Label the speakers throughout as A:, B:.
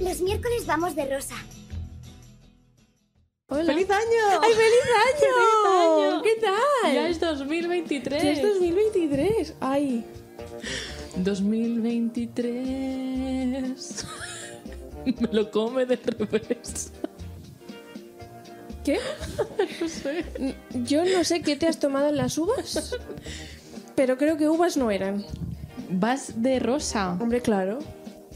A: Los miércoles vamos de rosa.
B: Hola.
C: ¡Feliz año!
B: ¡Ay, feliz año!
C: ¡Feliz año!
B: ¿Qué tal?
C: Ya es 2023.
B: Ya es 2023. Ay,
C: 2023. Me lo come de revés.
B: ¿qué? Mm,
C: No sé.
B: Yo no sé qué te has tomado en las uvas, pero creo que uvas no eran.
C: Vas de rosa
B: Hombre, claro.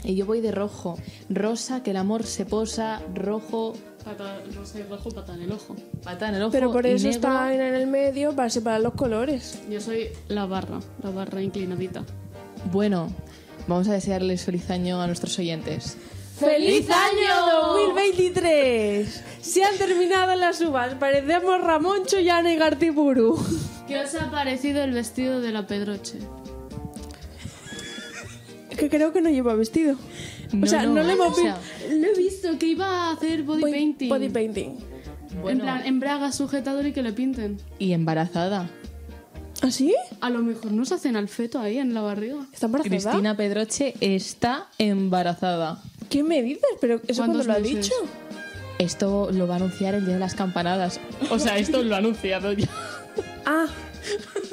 C: y yo voy de rojo. Rosa, que el amor se posa, rojo.
D: Pata, rosa y rojo, pata en el ojo.
C: Pata en el ojo.
B: Pero por eso
C: y negro.
B: está en el medio para separar los colores.
D: Yo soy la barra, la barra inclinadita.
C: Bueno, vamos a desearles feliz año a nuestros oyentes.
B: ¡Feliz año 2023! Se han terminado las uvas. Parecemos Ramón Chollana y Gartiburu.
D: ¿Qué os ha parecido el vestido de la Pedroche?
B: Que creo que no lleva vestido.
C: No,
B: o sea, no,
C: no,
B: le hemos
C: o sea,
D: Lo he visto, que iba a hacer body
B: Body-
D: painting.
B: Body painting.
C: Bueno.
D: En plan, en braga, sujetador y que le pinten.
C: Y embarazada.
B: ¿Ah, sí?
D: A lo mejor nos hacen al feto ahí en la barriga.
B: ¿Está embarazada?
C: Cristina Pedroche está embarazada.
B: ¿Qué me dices? ¿Pero eso cuando
D: ¿Cuántos
B: lo ha
D: meses?
B: dicho?
C: Esto lo va a anunciar el día de las campanadas. O sea, esto lo ha anunciado ya.
B: Ah,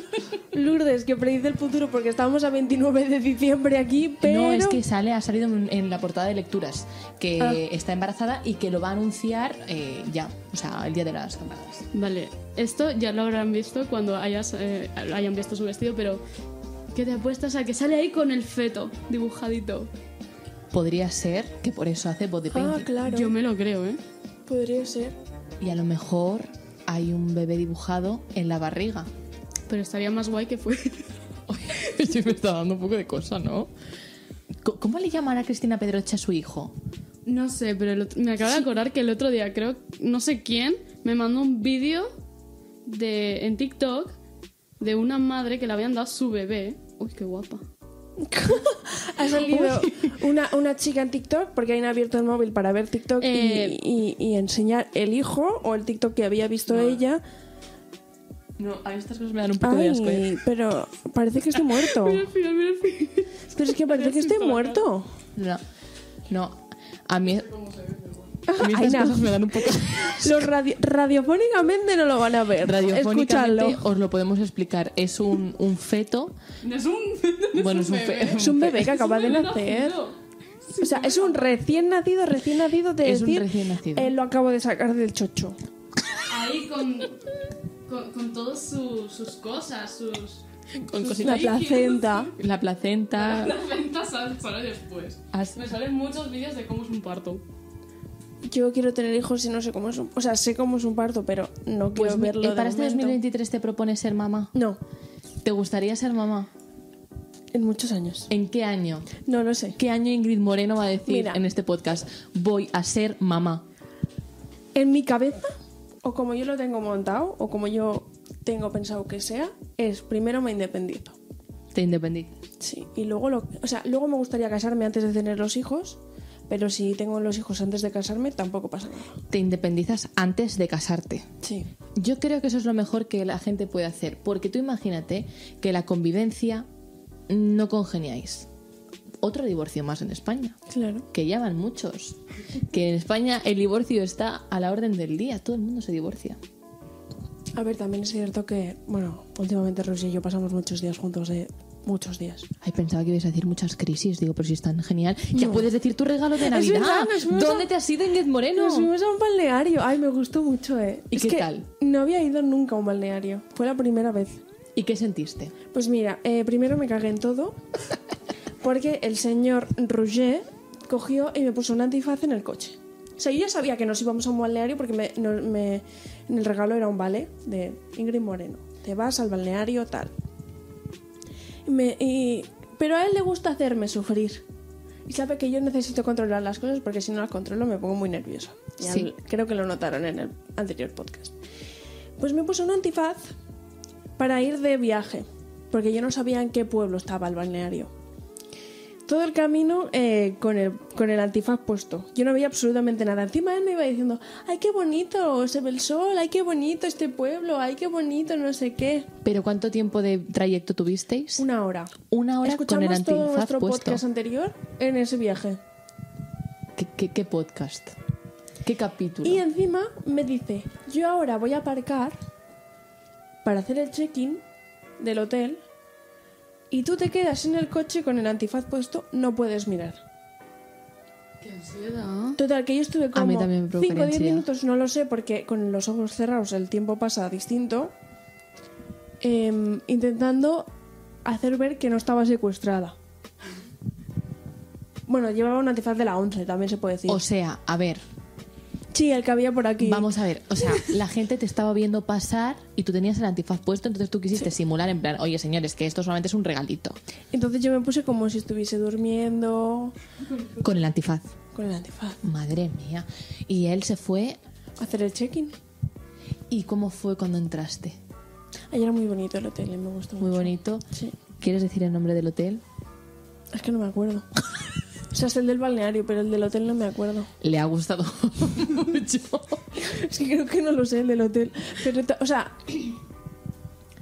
B: Lourdes, que predice el futuro porque estábamos a 29 de diciembre aquí, pero...
C: No, es que sale, ha salido en, en la portada de lecturas que
B: Ah.
C: está embarazada y que lo va a anunciar eh, ya, o sea, el día de las campanadas.
D: Vale, esto ya lo habrán visto cuando hayas, eh, hayan visto su vestido, pero ¿qué te apuestas a que sale ahí con el feto dibujadito?
C: Podría ser que por eso hace body
B: Ah,
C: painting.
B: claro.
D: Yo me lo creo, ¿eh?
B: Podría ser.
C: Y a lo mejor hay un bebé dibujado en la barriga.
D: Pero estaría más guay que fuera.
C: Sí, me está dando un poco de cosa, ¿no? Co- ¿Cómo le llamará Cristina Pedroche a su hijo?
D: No sé, pero el otro- me acabo de acordar que el otro día, creo, no sé quién, me mandó un vídeo de en TikTok de una madre que le habían dado su bebé. Uy, qué guapa.
B: Ha salido una, una chica en TikTok, porque han abierto el móvil para ver TikTok y-
D: Eh.
B: y, y enseñar el hijo o el TikTok que había visto ella.
C: No, a estas cosas me dan Ah, un ¿eh?
B: Ay, pero parece que estoy muerto.
D: Mira el final, mira el final.
B: Pero es que parece que estoy muerto.
C: No, no. A mí, a mí
B: Ay,
C: estas
B: no.
C: cosas me dan un poco
B: Los radi- radiofónicamente no lo van a ver.
C: Radiofónicamente
B: Escuchadlo.
C: os lo podemos explicar. Es un, un feto.
D: No es un,
C: Bueno, es un fe-
B: Es un bebé que acaba de
D: bebé
B: nacer.
D: nacido.
B: O sea, es un recién nacido, recién nacido de
C: Es un
B: decir,
C: recién nacido.
B: "Eh, lo acabo de sacar del chocho.
D: Ahí con, con, con todas su- sus cosas, sus.
C: Con
D: sus
C: cositas.
B: La placenta.
C: La placenta.
D: Las ventas sal- solo después.
C: As-
D: Me salen muchos vídeos de cómo es un parto.
B: Yo quiero tener hijos y no sé cómo es un... O sea, sé cómo es un parto, pero no quiero
C: Pues,
B: verlo
C: eh,
B: de
C: para este
B: momento.
C: 2023 te propones ser mamá.
B: No,
C: ¿Te gustaría ser mamá?
B: en muchos años.
C: ¿En qué año?
B: No lo sé.
C: ¿Qué año Ingrid Moreno va a decir
B: Mira.
C: en este podcast? Voy a ser mamá.
B: En mi cabeza, o como yo lo tengo montado, o como yo tengo pensado que sea, es primero me independizo.
C: Te independí.
B: Sí, y luego lo... O sea, luego me gustaría casarme antes de tener los hijos, pero si tengo los hijos antes de casarme, tampoco pasa nada.
C: Te independizas antes de casarte.
B: Sí.
C: Yo creo que eso es lo mejor que la gente puede hacer, porque tú imagínate que la convivencia no congeniáis. Otro divorcio más en España,
B: Claro.
C: que ya van muchos. Que en España el divorcio está a la orden del día, todo el mundo se divorcia.
B: A ver, también es cierto que, bueno, últimamente Rosy y yo pasamos muchos días juntos de muchos días.
C: Ay, pensaba que ibas a decir muchas crisis, digo, pero si es tan genial. Ya puedes decir tu regalo de Navidad.
B: verdad, nos fuimos
C: ¿Dónde
B: a-
C: te has ido, Ingrid Moreno?
B: Nos fuimos a un balneario. Ay, me gustó mucho, ¿eh?
C: ¿Y
B: Es
C: qué
B: que
C: tal?
B: No había ido nunca a un balneario. Fue la primera vez.
C: ¿Y qué sentiste?
B: Pues mira, eh, primero me cagué en todo porque el señor Rouget cogió y me puso un antifaz en el coche. O sea, yo ya sabía que nos íbamos a un balneario porque me, no- me- en el regalo era un vale de Ingrid Moreno. Te vas al balneario tal. Y me- y- pero a él le gusta hacerme sufrir. Y sabe que yo necesito controlar las cosas porque si no las controlo me pongo muy nerviosa. Ya
C: Sí.
B: Creo que lo notaron en el anterior podcast. Pues me puso un antifaz para ir de viaje, porque yo no sabía en qué pueblo estaba el balneario. Todo el camino eh, con, el, con el antifaz puesto. Yo no veía absolutamente nada. Encima él me iba diciendo, ay, qué bonito, se ve el sol, ay, qué bonito este pueblo, ay, qué bonito, no sé qué.
C: ¿Pero cuánto tiempo de trayecto tuvisteis?
B: Una hora.
C: Una hora con
B: Escuchamos
C: el
B: todo
C: antifaz
B: nuestro
C: puesto.
B: podcast anterior en ese viaje.
C: Qué ¿Qué, qué podcast? ¿Qué capítulo?
B: Y encima me dice, yo ahora voy a aparcar para hacer el check-in del hotel y tú te quedas en el coche con el antifaz puesto, no puedes mirar.
D: Qué ansiedad.
B: Total, que yo estuve
C: A mí
B: como
C: también
B: 5
C: me provocaría
B: o 10
C: ansiedad.
B: minutos, no lo sé, porque con los ojos cerrados el tiempo pasa distinto, em, intentando hacer ver que no estaba secuestrada. Bueno, llevaba un antifaz de la 11, también se puede decir.
C: O sea, a ver,
B: sí, el que había por aquí.
C: vamos a ver. O sea, la gente te estaba viendo pasar y tú tenías el antifaz puesto, entonces tú quisiste simular en plan, oye señores, que esto solamente es un regalito.
B: Entonces yo me puse como si estuviese durmiendo
C: Con el antifaz.
B: con el antifaz.
C: Madre mía. Y él se fue.
B: a Hacer el check-in.
C: ¿Y cómo fue cuando entraste?
B: Ayer era muy bonito el hotel, eh, me gustó
C: Muy
B: mucho.
C: bonito.
B: Sí.
C: ¿Quieres decir el nombre del hotel?
B: Es que no me acuerdo. O sea, es el del balneario, pero el del hotel no me acuerdo.
C: Le ha gustado mucho.
B: Es que creo que no lo sé, el del hotel. Pero, ta- o sea,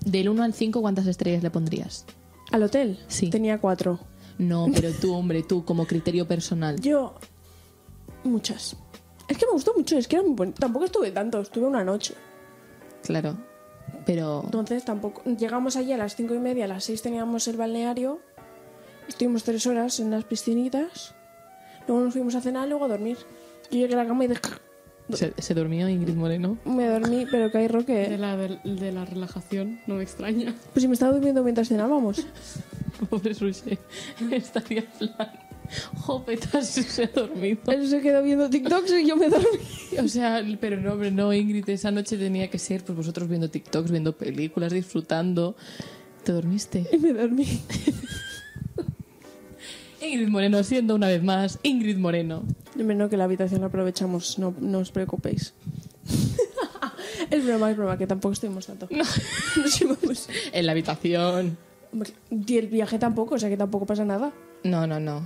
C: Del 1 al 5, ¿cuántas estrellas le pondrías?
B: al hotel
C: Sí.
B: tenía cuatro.
C: No, pero tú, hombre, tú, como criterio personal.
B: Yo, muchas. Es que me gustó mucho, es que era muy bonito. Tampoco estuve tanto, estuve una noche.
C: Claro. Pero.
B: Entonces tampoco... Llegamos allí a las cinco y media, a las seis teníamos el balneario. Estuvimos tres horas en las piscinitas. Luego nos fuimos a cenar, luego a dormir. Yo llegué a la cama y dije...
C: Se, se durmió Ingrid Moreno.
B: Me dormí, pero que hay
D: De
B: roque.
D: la, de, de la relajación, no me extraña.
B: Pues si me estaba durmiendo mientras cenábamos.
C: Pobre Suche. Estaría en plan. Jopetas, se ha dormido.
B: Él se quedó viendo TikToks y yo me dormí.
C: O sea, pero no, hombre, no, Ingrid, esa noche tenía que ser, pues vosotros viendo TikToks, viendo películas, disfrutando. ¿Te dormiste?
B: Y me dormí.
C: Ingrid Moreno siendo una vez más Ingrid Moreno.
B: Menos que la habitación la aprovechamos, no, no os preocupéis. es broma, es broma, que tampoco estuvimos tanto. Nos llevamos-
C: En la habitación.
B: Hombre, Y el viaje tampoco, o sea que tampoco pasa nada.
C: No, no, no.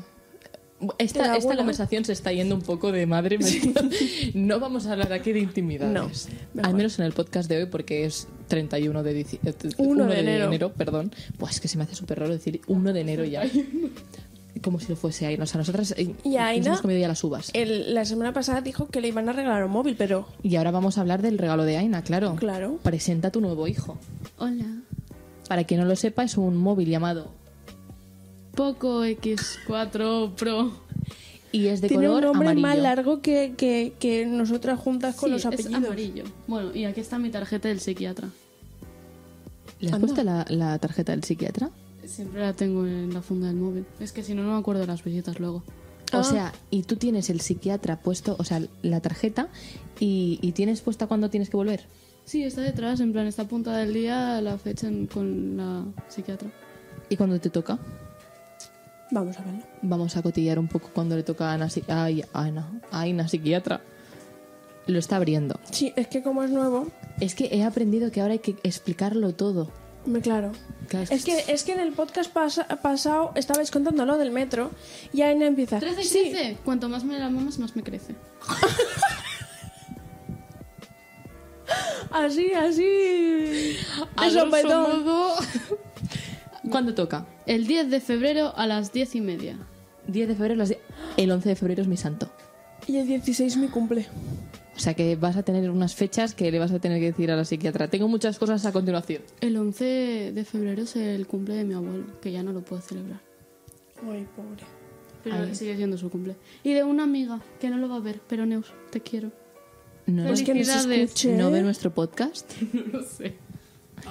B: Pero
C: Esta, esta
B: alguna-
C: conversación se está yendo un poco de madre. me- No vamos a hablar aquí de intimidades.
B: No, mejor.
C: Al menos en el podcast de hoy, porque es 31 de, dici- eh, t-
B: Uno
C: 1
B: de enero.
C: perdón. Buah, es que se me hace súper raro decir 1 de enero ya. Como si lo fuese Aina. O sea, nosotras eh,
B: Y
C: nos
B: Aina-
C: hemos comido ya las uvas.
B: El- la semana pasada dijo que le iban a regalar un móvil, pero
C: Y ahora vamos a hablar del regalo de Aina, claro.
B: Claro.
C: Presenta a tu nuevo hijo.
D: Hola.
C: Para quien no lo sepa, es un móvil llamado...
D: Poco X4 Pro.
C: Y es de
B: tiene un
C: color
B: nombre
C: amarillo.
B: más largo que, que, que nosotras juntas con
D: Sí,
B: los
D: es
B: apellidos.
D: amarillo. Bueno, y aquí está mi tarjeta del psiquiatra.
C: ¿Le has
B: Anda.
C: puesto la- la tarjeta del psiquiatra?
D: Siempre la tengo en la funda del móvil. Es que si no, no me acuerdo de las visitas luego.
B: Ah.
C: O sea, y tú tienes el psiquiatra puesto, o sea, la tarjeta, y, y tienes puesta cuándo tienes que volver.
D: Sí, está detrás, en plan, está apuntada del día la fecha en- con la psiquiatra.
C: Y cuando te toca,
B: Vamos a verlo.
C: vamos a cotillar un poco cuando le toca a Ana, psi- ay, a Ana, a Aina, psiquiatra. Lo está abriendo.
B: Sí, es que como es nuevo,
C: Es que he aprendido que ahora hay que explicarlo todo.
B: Hombre, claro.
C: Claro, es
B: Es que, es que en el podcast pasa- pasado estabais contando lo del metro y Aina empieza.
D: 13 y
B: sí,
D: 13. Cuanto más me la mamas, más me crece.
B: así, así.
C: A
B: De sopetón.
C: grosso modo, ¿Cuándo toca?
D: El 10 de febrero a las 10 y media.
C: 10 de febrero, las die- el 11 de febrero es mi santo.
B: Y el 16 mi cumple.
C: O sea que vas a tener unas fechas que le vas a tener que decir a la psiquiatra. Tengo muchas cosas a continuación.
D: El 11 de febrero es el cumple de mi abuelo, que ya no lo puedo celebrar.
B: Ay, pobre.
D: Pero
C: Ay.
D: sigue siendo su cumple. Y de una amiga, que no lo va a ver, pero Neus, te quiero.
C: No,
B: Pues que nos
D: Felicidades.
B: escuche.
C: no ve nuestro podcast.
D: no lo sé.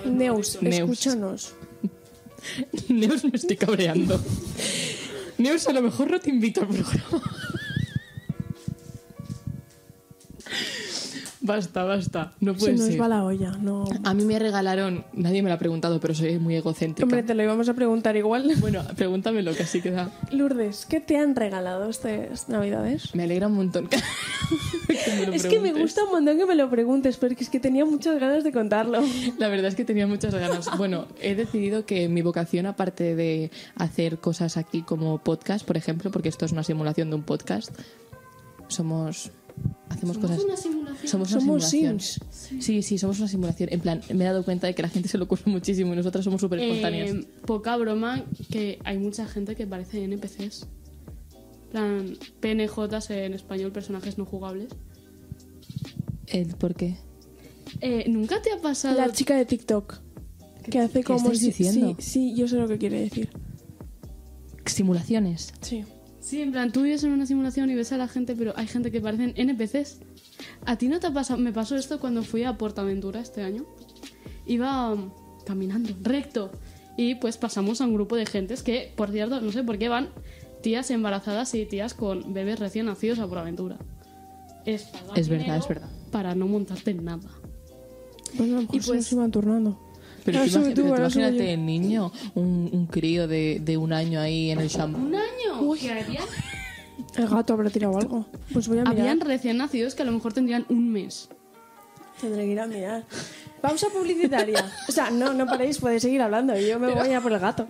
B: Neus,
C: Neus.
B: escúchanos.
C: Neus me estoy cabreando. Neus, a lo mejor no te invito al programa. Basta, basta. No
B: Se
C: puede
B: nos
C: ser.
B: va la olla, no.
C: A mí me regalaron, nadie me lo ha preguntado, pero soy muy egocéntrica.
B: Hombre, te lo íbamos a preguntar igual.
C: Bueno, pregúntamelo, que así queda.
B: Lourdes, ¿qué te han regalado estas navidades?
C: Me alegra un montón que, que me lo
B: Es que me
C: preguntes.
B: gusta un montón que me lo preguntes, porque es que tenía muchas ganas de contarlo.
C: La verdad es que tenía muchas ganas. Bueno, he decidido que mi vocación, aparte de hacer cosas aquí como podcast, por ejemplo, porque esto es una simulación de un podcast, somos. Hacemos cosas.
D: simulación.
C: Somos una
B: Somos
C: simulación.
B: sims.
C: Sí, sí, somos una simulación. En plan, me he dado cuenta de que a la gente se lo ocurre muchísimo y nosotras somos
D: Eh,
C: súper espontáneas.
D: poca broma que hay mucha gente que parece NPCs. plan, PNJs en español, personajes no jugables.
C: Ed, ¿por qué?
D: Eh, ¿Nunca te ha pasado?
B: La chica de TikTok. Que hace
C: ¿Qué
B: como.
C: estáis
B: si-
C: diciendo?
B: Sí, sí, yo sé lo que quiere decir.
C: Simulaciones.
B: Sí.
D: Sí, en plan, tú vives en una simulación y ves a la gente, pero hay gente que parecen NPCs. ¿A ti no te ha pasado? Me pasó esto cuando fui a Portaventura este año. Iba um, caminando recto y pues pasamos a un grupo de gentes que, por cierto, no sé por qué van tías embarazadas y tías con bebés recién nacidos a Portaventura. Es, pagar
C: Es verdad,
D: dinero
C: es verdad.
D: Para no montarte en nada.
B: Bueno, a lo mejor
D: Y
B: se
D: pues-
B: nos iban turnando.
C: Pero,
B: Ahora
C: tú
B: sube tú,
C: imagi- pero tú
B: ahora sube
C: imagínate
B: yo.
C: el niño, un, un crío de, de un año ahí en el shampoo.
D: ¿Un año?
B: Uy.
D: que habían,
B: El gato habrá tirado algo. Pues voy a mirar.
D: Ah, habían recién nacidos que a lo mejor tendrían un mes.
B: Tendré que ir a mirar. Pausa publicitaria. O sea, no, no paréis, podéis seguir hablando. Yo me voy a por el gato.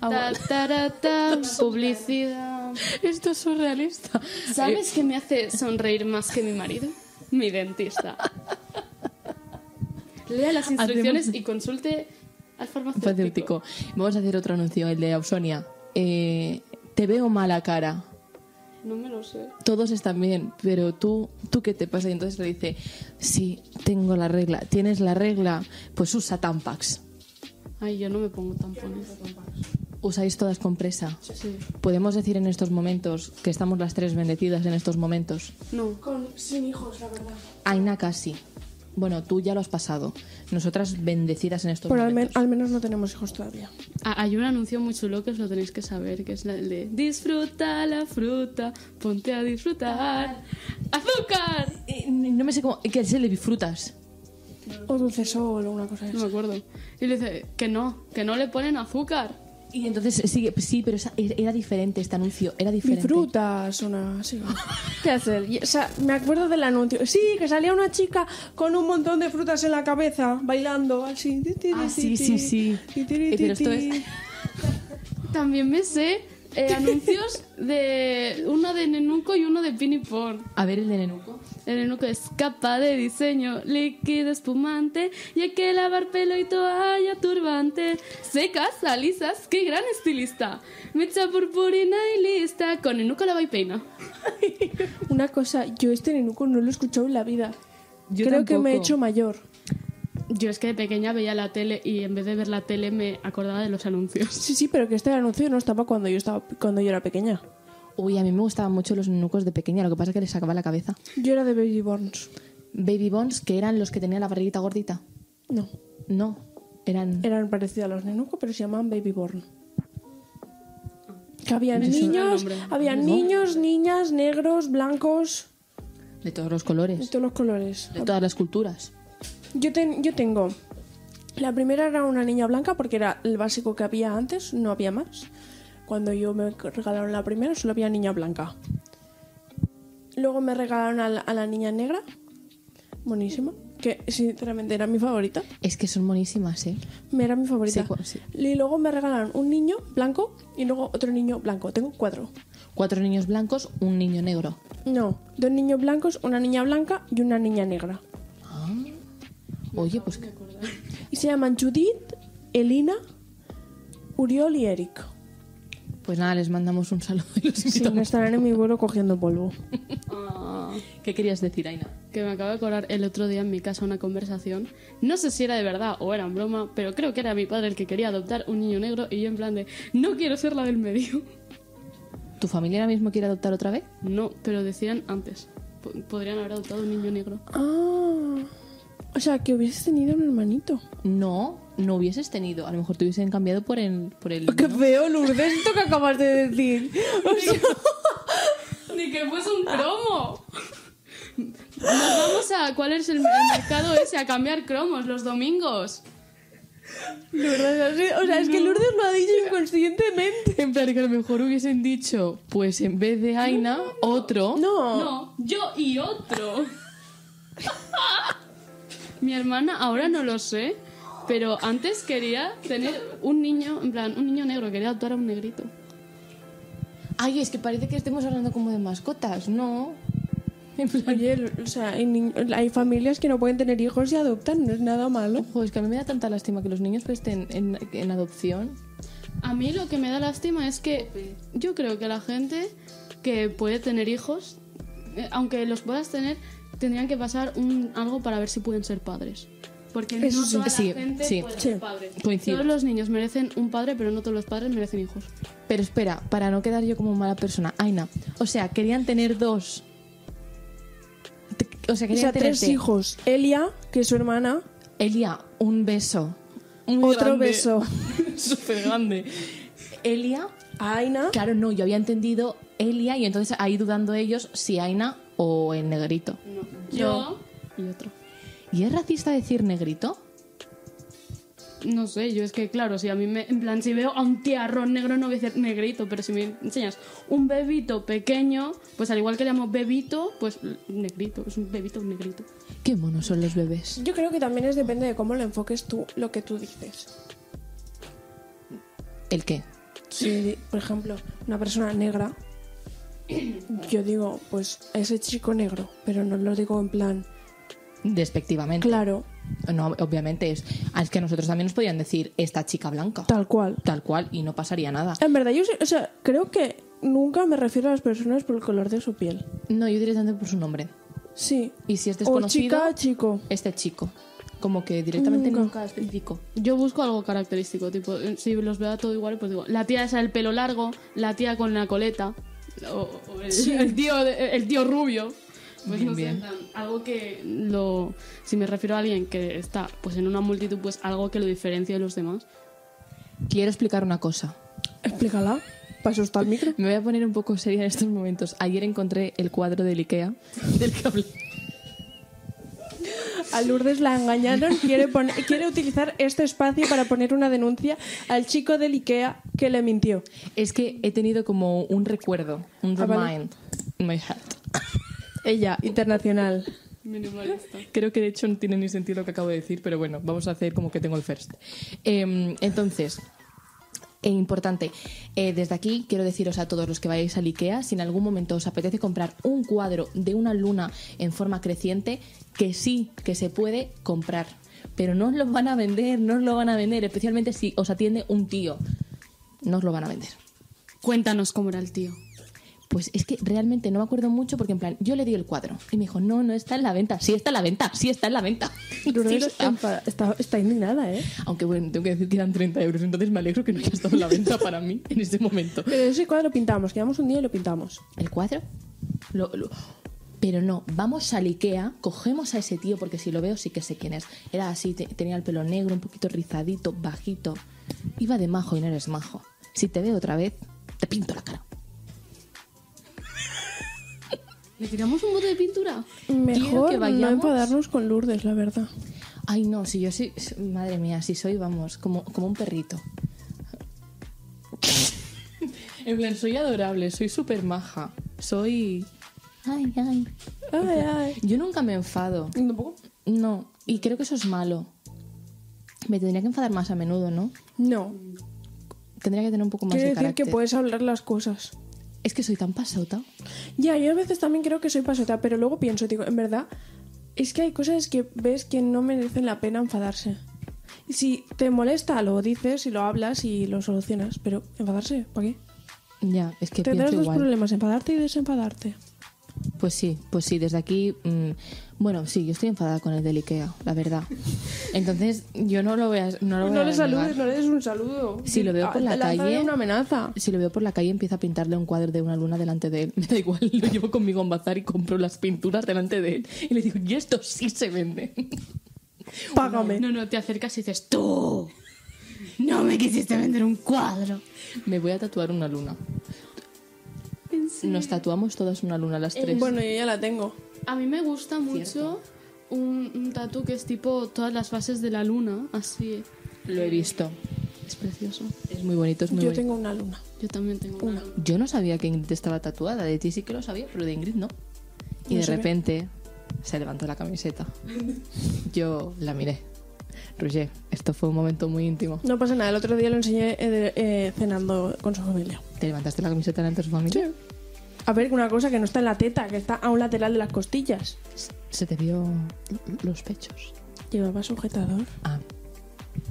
D: Ta, ta, ta, publicidad.
C: Esto es surrealista.
D: ¿Sabes qué me hace sonreír más que mi marido? Mi dentista. Lea las instrucciones y consulte al farmacéutico.
C: Farmacéutico. Vamos a hacer otro anuncio, el de Ausonia. Eh, te veo mala cara.
D: No me lo sé.
C: Todos están bien, pero tú, ¿tú qué te pasa? Y entonces le dice, sí, tengo la regla. ¿Tienes la regla? Pues usa Tampax.
D: Ay, yo no me pongo tampones.
C: Usáis todas compresa.
D: Sí.
C: Podemos decir en estos momentos que estamos las tres bendecidas en estos momentos.
D: No.
B: Con, sin hijos, la verdad.
C: Aina casi. Bueno, tú ya lo has pasado. Nosotras bendecidas en estos
B: Pero al, men-
C: momentos.
B: al menos no tenemos hijos todavía.
D: Ah, hay un anuncio muy chulo que os lo tenéis que saber, que es la- el de Disfruta la fruta, ponte a disfrutar. ¡Azúcar!
C: Eh, no me sé cómo... Que se le disfrutas.
B: O dulce sol o una cosa
D: No
B: así.
D: me acuerdo. Y le dice que no, que no le ponen azúcar.
C: Y entonces sigue, pues sí, pero esa- era diferente este anuncio, era diferente.
B: Bifrutas, una así. ¿Qué hacer? Y- O sea, me acuerdo del anuncio. Sí, que salía una chica con un montón de frutas en la cabeza, bailando así. Ti, ti,
C: Ah,
B: ti,
C: sí,
B: ti,
C: sí, sí.
B: ti, ti, ti,
C: Eh, pero
B: ti,
C: esto
B: ti.
C: es-
D: También me sé eh, anuncios de uno de Nenuco y uno de Pinipon.
C: A ver el de Nenuco.
D: El Nenuco es capa de diseño, líquido espumante, y hay que lavar pelo y toalla turbante. Secas, alisas, qué gran estilista. Mecha purpurina y lista. Con Nenuco lava y peina.
B: Una cosa, yo este nenuco no lo he escuchado en la vida.
C: Yo
B: Creo que me he
C: tampoco.
B: hecho mayor.
D: Yo es que de pequeña veía la tele y en vez de ver la tele me acordaba de los anuncios.
B: Sí, sí, pero que este anuncio no estaba cuando yo estaba cuando yo era pequeña.
C: Uy, a mí me gustaban mucho los Nenucos de pequeña, lo que pasa es que les sacaba la cabeza.
B: Yo era de Baby Borns.
C: Baby Bones, que eran los que tenían la barriguita gordita.
B: No,
C: No, eran...
B: eran parecidos a los Nenuco, pero se llamaban Baby Born. Que habían
D: Me suena el
B: niños,
D: nombre.
B: habían niños, niñas, negros, blancos,
C: De todos los
B: de
C: colores,
B: todos los colores.
C: de todas las culturas.
B: Yo, ten- yo tengo. La primera era una niña blanca porque era el básico que había antes, no había más. Cuando yo me regalaron la primera, solo había niña blanca. Luego me regalaron a la, a la niña negra, buenísima, que sinceramente era mi favorita.
C: Es que son monísimas, ¿eh?
B: Me Era mi favorita.
C: Sí, cu- sí.
B: Y luego me regalaron un niño blanco y luego otro niño blanco. Tengo cuatro.
C: Cuatro niños blancos, un niño negro.
B: No, dos niños blancos, una niña blanca y una niña negra.
C: Ah. Oye, pues...
B: Y se llaman Judith, Elina, Uriol y Eric.
C: Pues nada, les mandamos un saludo y los
B: Sí, no
C: invitamos.
B: estarán en mi vuelo cogiendo polvo.
C: ¿Qué querías decir, Aina?
D: Que me acabo de acordar el otro día en mi casa una conversación. No sé si era de verdad o era en broma, pero creo que era mi padre el que quería adoptar un niño negro y yo en plan de no quiero ser la del medio.
C: ¿Tu familia ahora mismo quiere adoptar otra vez?
D: No, pero decían antes. Po- Podrían haber adoptado un niño negro.
B: Ah. O sea, que hubieses tenido un hermanito.
C: No, no hubieses tenido. A lo mejor te hubiesen cambiado por el. Por el
B: Qué
C: ¿no?
B: feo, Lourdes, esto que acabas de decir. O sea,
D: Ni que fuese un cromo. Nos vamos a cuál es el, el mercado ese a cambiar cromos los domingos.
B: Lourdes, así- o sea, es que Lourdes lo ha dicho inconscientemente.
C: En plan, que a lo mejor hubiesen dicho, pues en vez de Aina, otro.
B: No.
D: No, yo y otro. Mi hermana ahora no lo sé, pero antes quería tener un niño, en plan, un niño negro, quería adoptar a un negrito.
C: Ay, es que parece que estemos hablando como de mascotas, no. En plan,
B: Oye, lo- o sea, hay, ni- hay familias que no pueden tener hijos y adoptan, no es nada malo.
C: ojo, es que a mí me da tanta lástima que los niños que estén en, en adopción.
D: A mí lo que me da lástima es que yo creo que la gente que puede tener hijos, eh, aunque los puedas tener, tendrían que pasar un, algo para ver si pueden ser padres. Porque
B: Eso
D: no
B: sí.
D: toda
C: Sí,
D: la gente
C: sí.
D: puede
B: Sí.
D: ser padre.
C: Coincido.
D: Todos los niños merecen un padre, pero no todos los padres merecen hijos.
C: Pero espera, para no quedar yo como mala persona, Aina, o sea, querían tener dos. Te- O sea,
B: O
C: querían
B: sea, tres
C: tenerte-
B: hijos. Elia, que es su hermana.
C: Elia, un beso. Muy
B: Otro
C: grande.
B: beso.
C: Súper grande. Elia,
B: Aina.
C: claro, no, yo había entendido Elia y entonces ahí dudando ellos si Aina o el negrito.
D: Yo,
C: Y otro. ¿Y es racista decir negrito?
D: no sé, yo es que, claro, si a mí me. En plan, si veo a un tiarrón negro, no voy a decir negrito, pero si me enseñas un bebito pequeño, pues al igual que le llamo bebito, pues negrito, es un bebito negrito.
C: Qué monos son los bebés.
B: Yo creo que también es depende de cómo lo enfoques tú, lo que tú dices.
C: ¿El qué?
B: Si, por ejemplo, una persona negra, yo digo, pues ese chico negro, pero no lo digo en plan,
C: Despectivamente.
B: claro,
C: No, obviamente es. ah, Es que nosotros también nos podían decir esta chica blanca.
B: tal cual.
C: Tal cual, y no pasaría nada.
B: En verdad, yo sé- o sea, creo que nunca me refiero a las personas por el color de su piel.
C: No, yo directamente por su nombre.
B: Sí.
C: Y si es
B: O
C: desconocido,
B: chica, chico.
C: este chico. Como que directamente
B: Nunca.
C: nunca, especifico.
D: Yo busco algo característico, tipo, eh, si los veo a todo igual, pues digo, la tía esa del pelo largo, la tía con la coleta, o, o el, el tío, de- el tío rubio. Pues
C: Bien,
D: no sé,
C: bien.
D: en plan, algo que lo... Si me refiero a alguien que está pues en una multitud, pues algo que lo diferencie de los demás.
C: Quiero explicar una cosa.
B: Explícala. Para eso está el micro.
C: Me voy a poner un poco seria en estos momentos. Ayer encontré el cuadro del Ikea del que hablé.
B: A Lourdes la engañaron, quiere, pon- quiere utilizar este espacio para poner una denuncia al chico del Ikea que le mintió.
C: Es que he tenido como un recuerdo, un
B: Ah, vale.
C: remind in my heart.
B: Ella, internacional.
D: Minimalista.
C: Creo que de hecho no tiene ni sentido lo que acabo de decir, pero bueno, vamos a hacer como que tengo el first. Eh, entonces, e importante, eh, desde aquí quiero deciros a todos los que vayáis al IKEA, si en algún momento os apetece comprar un cuadro de una luna en forma creciente, que sí, que se puede comprar. Pero no os lo van a vender, no os lo van a vender, especialmente si os atiende un tío. No os lo van a vender.
D: Cuéntanos cómo era el tío.
C: Pues es que realmente no me acuerdo mucho porque en plan, yo le di el cuadro y me dijo, no, no está en la venta, sí está en la venta, sí está en la venta. Sí
B: Lourdes
C: está.
B: enfada- está, está indignada, ¿eh?
C: Aunque bueno, tengo que decir que eran 30 euros, entonces me alegro que no haya estado en la venta para mí en este momento.
B: Pero ese cuadro lo pintamos, quedamos un día y lo pintamos.
C: ¿El cuadro? Lo- lo- Pero no, vamos al Ikea, cogemos a ese tío porque si lo veo sí que sé quién es. Era así, te- tenía el pelo negro, un poquito rizadito, bajito. Iba de majo y no eres majo. Si te veo otra vez, te pinto la cara.
D: ¿Le tiramos un bote de pintura?
C: Quiero
B: Mejor
C: que
B: no
C: vayamos.
B: enfadarnos con Lourdes, la verdad.
C: Ay, no, si yo soy. Madre mía, si soy, vamos, como, como un perrito. en plan, soy adorable, soy súper maja. Soy. Ay, ay.
B: Ay, ay.
C: Yo nunca me enfado.
B: ¿Tampoco?
C: No, y creo que eso es malo. Me tendría que enfadar más a menudo, ¿no?
B: No.
C: Tendría que tener un poco más
B: Quiere
C: de
B: decir
C: carácter.
B: que puedes hablar las cosas.
C: Es que soy tan pasota.
B: Ya, yo a veces también creo que soy pasota, pero luego pienso, digo, en verdad, es que hay cosas que ves que no merecen la pena enfadarse. Y Si te molesta, lo dices y lo hablas y lo solucionas, pero enfadarse, ¿para qué?
C: Ya, es que
B: Tendrás
C: pienso
B: dos
C: igual.
B: problemas, enfadarte y desenfadarte.
C: Pues sí, pues sí, desde aquí. mm, bueno, sí, yo estoy enfadada con el del Ikea, la verdad. Entonces, yo no lo voy a. No, lo voy
B: No
C: a
B: le
C: negar.
B: saludes, no le des un saludo.
C: Si lo veo por la
B: Ah, lánzale
C: calle-
B: una amenaza.
C: Si lo veo por la calle, empieza a pintarle un cuadro de una luna delante de él. Me da igual, lo llevo conmigo a un bazar y compro las pinturas delante de él. Y le digo, y esto sí se vende.
B: Págame.
D: No, no, te acercas y dices, tú, no me quisiste vender un cuadro.
C: Me voy a tatuar una luna. Nos tatuamos todas una luna, las tres.
B: Eh, Bueno, yo ya la tengo.
D: A mí me gusta mucho un, un tatu que es tipo todas las fases de la luna, así.
C: Lo he visto.
D: Es precioso.
C: Es muy bonito, es muy
B: Yo
C: bonito.
B: tengo una luna.
D: Yo también tengo una.
C: Yo no sabía que Ingrid estaba tatuada. De ti sí que lo sabía, pero de Ingrid no. Y
B: No
C: de
B: sabía.
C: repente se levantó la camiseta. Yo la miré. Roger, esto fue un momento muy íntimo.
B: No pasa nada, el otro día lo enseñé eh, de- eh, cenando con su familia.
C: ¿Te levantaste la camiseta delante de su familia?
B: A ver, una cosa que no está en la teta, que está a un lateral de las costillas.
C: Se te vio los pechos.
B: Llevaba sujetador.
C: Ah.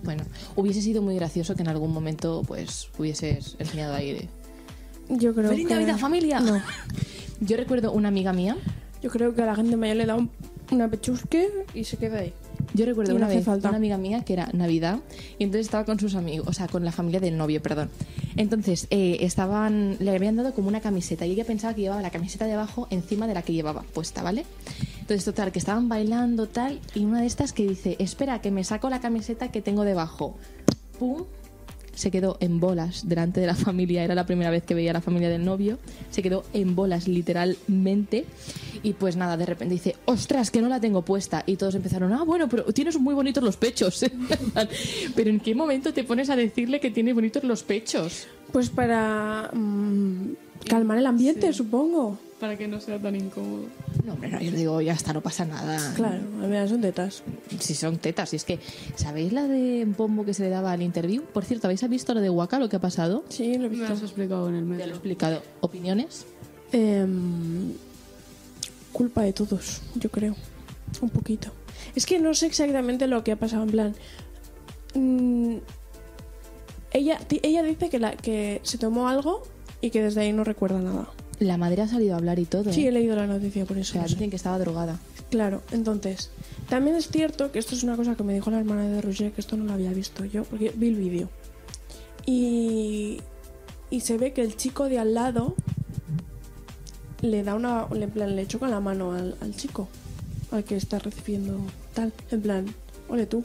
C: Bueno, hubiese sido muy gracioso que en algún momento pues hubieses enseñado ahí de,
B: Yo creo
C: ¡Feliz
B: que...
C: Navidad, familia!
B: No.
C: Yo recuerdo una amiga mía.
B: Yo creo que a la gente mayor le da un- una pechusque y se queda ahí.
C: Yo recuerdo
B: Y no
C: una
B: hace
C: vez
B: falta.
C: una amiga mía que era Navidad y entonces estaba con sus amigos, o sea, con la familia del novio, perdón. Entonces eh, estaban, le habían dado como una camiseta y ella pensaba que llevaba la camiseta de abajo encima de la que llevaba puesta, ¿vale? Entonces, total, que estaban bailando tal y una de estas que dice, espera, que me saco la camiseta que tengo debajo. ¡Pum! Se quedó en bolas delante de la familia, era la primera vez que veía a la familia del novio, se quedó en bolas literalmente y pues nada, de repente dice, ostras, que no la tengo puesta y todos empezaron, ah, bueno, pero tienes muy bonitos los pechos. pero ¿en qué momento te pones a decirle que tiene bonitos los pechos?
B: Pues para mm, calmar el ambiente, supongo.
D: Para que no sea tan incómodo.
C: No, hombre, no, yo le digo, ya está, no pasa nada.
B: Claro, a mí son tetas.
C: Si son tetas, si es que, ¿sabéis la de bombo que se le daba al interview? Por cierto, ¿habéis visto lo de Waka, lo que ha pasado?
B: Sí, lo he
D: Me lo
B: visto.
D: has explicado en el
C: Ya lo he
D: medio.
C: explicado. ¿Opiniones?
B: Em, culpa de todos, yo creo. Un poquito. Es que no sé exactamente lo que ha pasado, en plan. mm, ella, ti- ella dice que, la, que se tomó algo y que desde ahí no recuerda nada.
C: La madre ha salido a hablar y todo.
B: Sí,
C: ¿eh?
B: he leído la noticia por
C: O
B: eso.
C: sea,
B: no sé.
C: dicen que estaba drogada.
B: Claro, entonces, también es cierto que esto es una cosa que me dijo la hermana de Roger, que esto no lo había visto yo, porque vi el vídeo. Y, y se ve que el chico de al lado le da una. Le, en plan, le choca la mano al, al chico, al que está recibiendo tal. En plan, ole tú.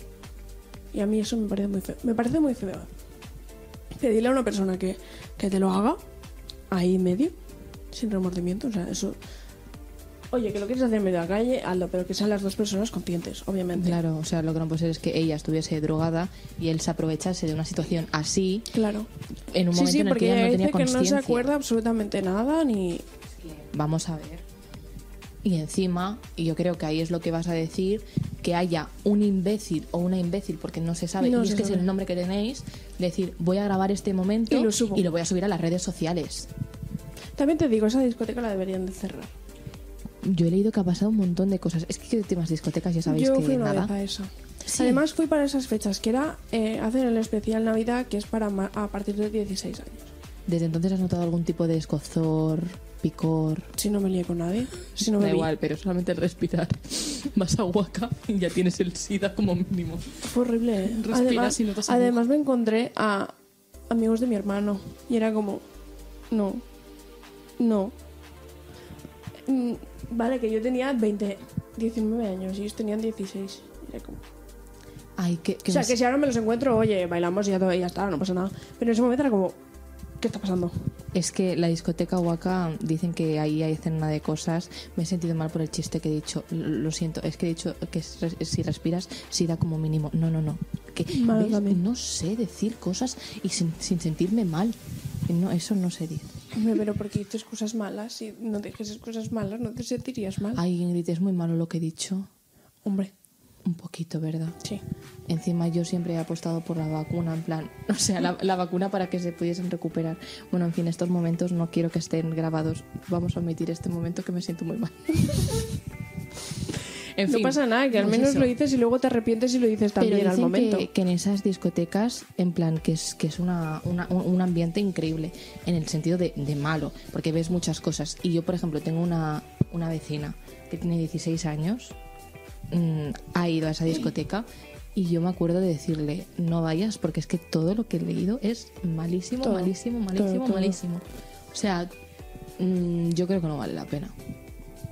B: Y a mí eso me parece muy feo. Me parece muy feo. Pedirle a una persona que, que te lo haga ahí en medio, sin remordimiento, o sea, eso. Oye, que lo quieres hacer en medio de la calle, hazlo, pero que sean las dos personas conscientes, obviamente.
C: Claro, o sea, lo que no puede ser es que ella estuviese drogada y él se aprovechase de una situación así
B: Claro.
C: en un
B: sí,
C: momento
B: sí,
C: en el que
B: porque
C: ella
B: ella
C: no
B: dice
C: tenía
B: que no se
C: conciencia.
B: acuerda absolutamente nada ni.
C: Vamos a ver. Y encima, y yo creo que ahí es lo que vas a decir, que haya un imbécil o una imbécil, porque no se sabe,
B: No
C: y es
B: se
C: que es
B: sabe.
C: el nombre que tenéis, decir, voy a grabar este momento
B: Y lo subo.
C: y lo voy a subir a las redes sociales.
B: También te digo, esa discoteca la deberían de cerrar.
C: Yo he leído que ha pasado un montón de cosas. Es que temas discotecas ya sabéis
B: Yo
C: que
B: fui una
C: nada.
B: vez a eso.
C: Sí.
B: Además, fui para esas fechas, que era eh, hacer el especial Navidad, que es para ma- a partir de 16 años.
C: Desde entonces has notado algún tipo de escozor, picor.
B: Si no me lié con nadie, si no me
C: da
B: vi.
C: igual, pero solamente el respirar. Vas a Huaca y ya tienes el SIDA como mínimo.
B: Fue horrible. ¿eh?
D: Respiras
B: Además,
D: y notas el
B: además me encontré a amigos de mi hermano y era como, no, no. Mm, Vale, que yo tenía 20, 19 años y ellos tenían 16. Era como-
C: Ay, que, que
B: O sea,
C: me-
B: que si ahora me los encuentro, oye, bailamos y ya, todo- y ya está, no pasa nada. Pero en ese momento era como, ¿qué está pasando?
C: es que la discoteca Huaca dicen que ahí hay cena de cosas. Me he sentido mal por el chiste que he dicho. L- Lo siento, es que he dicho que es res- si respiras, SIDA como mínimo. No, no, no. Que,
B: Mal
C: ¿ves?
B: también.
C: No sé decir cosas y sin, sin sentirme mal. No, eso no se dice.
B: Hombre, pero porque dices cosas malas, si no dices cosas malas, no te sentirías mal.
C: Ay, Ingrid, es muy malo lo que he dicho.
B: Hombre,
C: Un poquito, ¿verdad?
B: sí.
C: Encima yo siempre he apostado por la vacuna, en plan, o sea, la, la vacuna para que se pudiesen recuperar. Bueno, en fin, estos momentos no quiero que estén grabados. Vamos a omitir este momento que me siento muy mal. En
B: no
C: fin,
B: pasa nada, que al
C: pues
B: menos
C: eso.
B: lo dices y luego te arrepientes y lo dices
C: Pero
B: también al
C: dicen
B: momento.
C: Que, que en esas discotecas, en plan, que es, que es una, una- un un ambiente increíble, en el sentido de, de malo, porque ves muchas cosas. Y yo, por ejemplo, tengo una, una vecina que tiene 16 años, mm, ha ido a esa discoteca. Y yo me acuerdo de decirle, no vayas, porque es que todo lo que he leído es malísimo,
B: Todo,
C: malísimo,
B: todo,
C: malísimo,
B: todo.
C: malísimo. O sea, mm, yo creo que no vale la pena.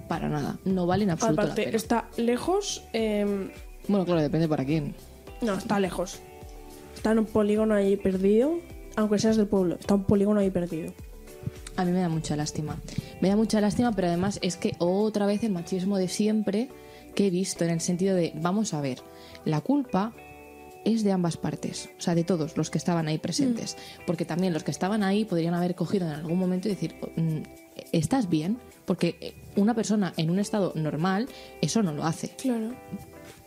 C: Para nada. No vale en absoluto la
B: Aparte,
C: pena.
B: está lejos. eh,
C: Bueno, claro, depende para quién.
B: no, está lejos. Está en un polígono ahí perdido. Aunque seas del pueblo, está un polígono ahí perdido.
C: A mí me da mucha lástima. Me da mucha lástima, pero además es que otra vez el machismo de siempre que he visto en el sentido de, vamos a ver, la culpa es de ambas partes, o sea, de todos los que estaban ahí presentes, porque también los que estaban ahí podrían haber cogido en algún momento y decir, "Mm, ¿estás bien? Porque eh, una persona en un estado normal eso no lo hace
B: Claro.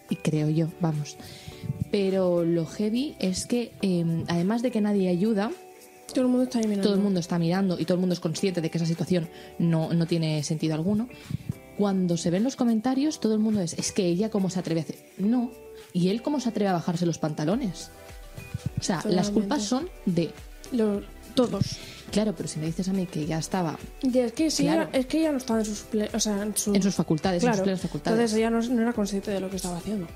C: y creo yo, vamos. Pero lo heavy es que, em, además de que nadie ayuda,
B: Todo el mundo está ahí mirando.
C: todo el mundo está mirando y todo el mundo es consciente de que esa situación no, no tiene sentido alguno. Cuando se ven los comentarios, todo el mundo es, es que ella cómo se atreve a hacer... No. ¿Y él cómo se atreve a bajarse los pantalones? O sea, las
B: Totalmente.
C: culpas son de
B: Lo- Todos.
C: Claro, pero si me dices a mí que ya estaba
B: Y es que sí,
C: Claro.
B: es que ella no estaba en sus, ple- o sea, en sus,
C: en sus facultades, en
B: claro.
C: sus plenas facultades.
B: Entonces ella no, no era consciente de lo que estaba haciendo.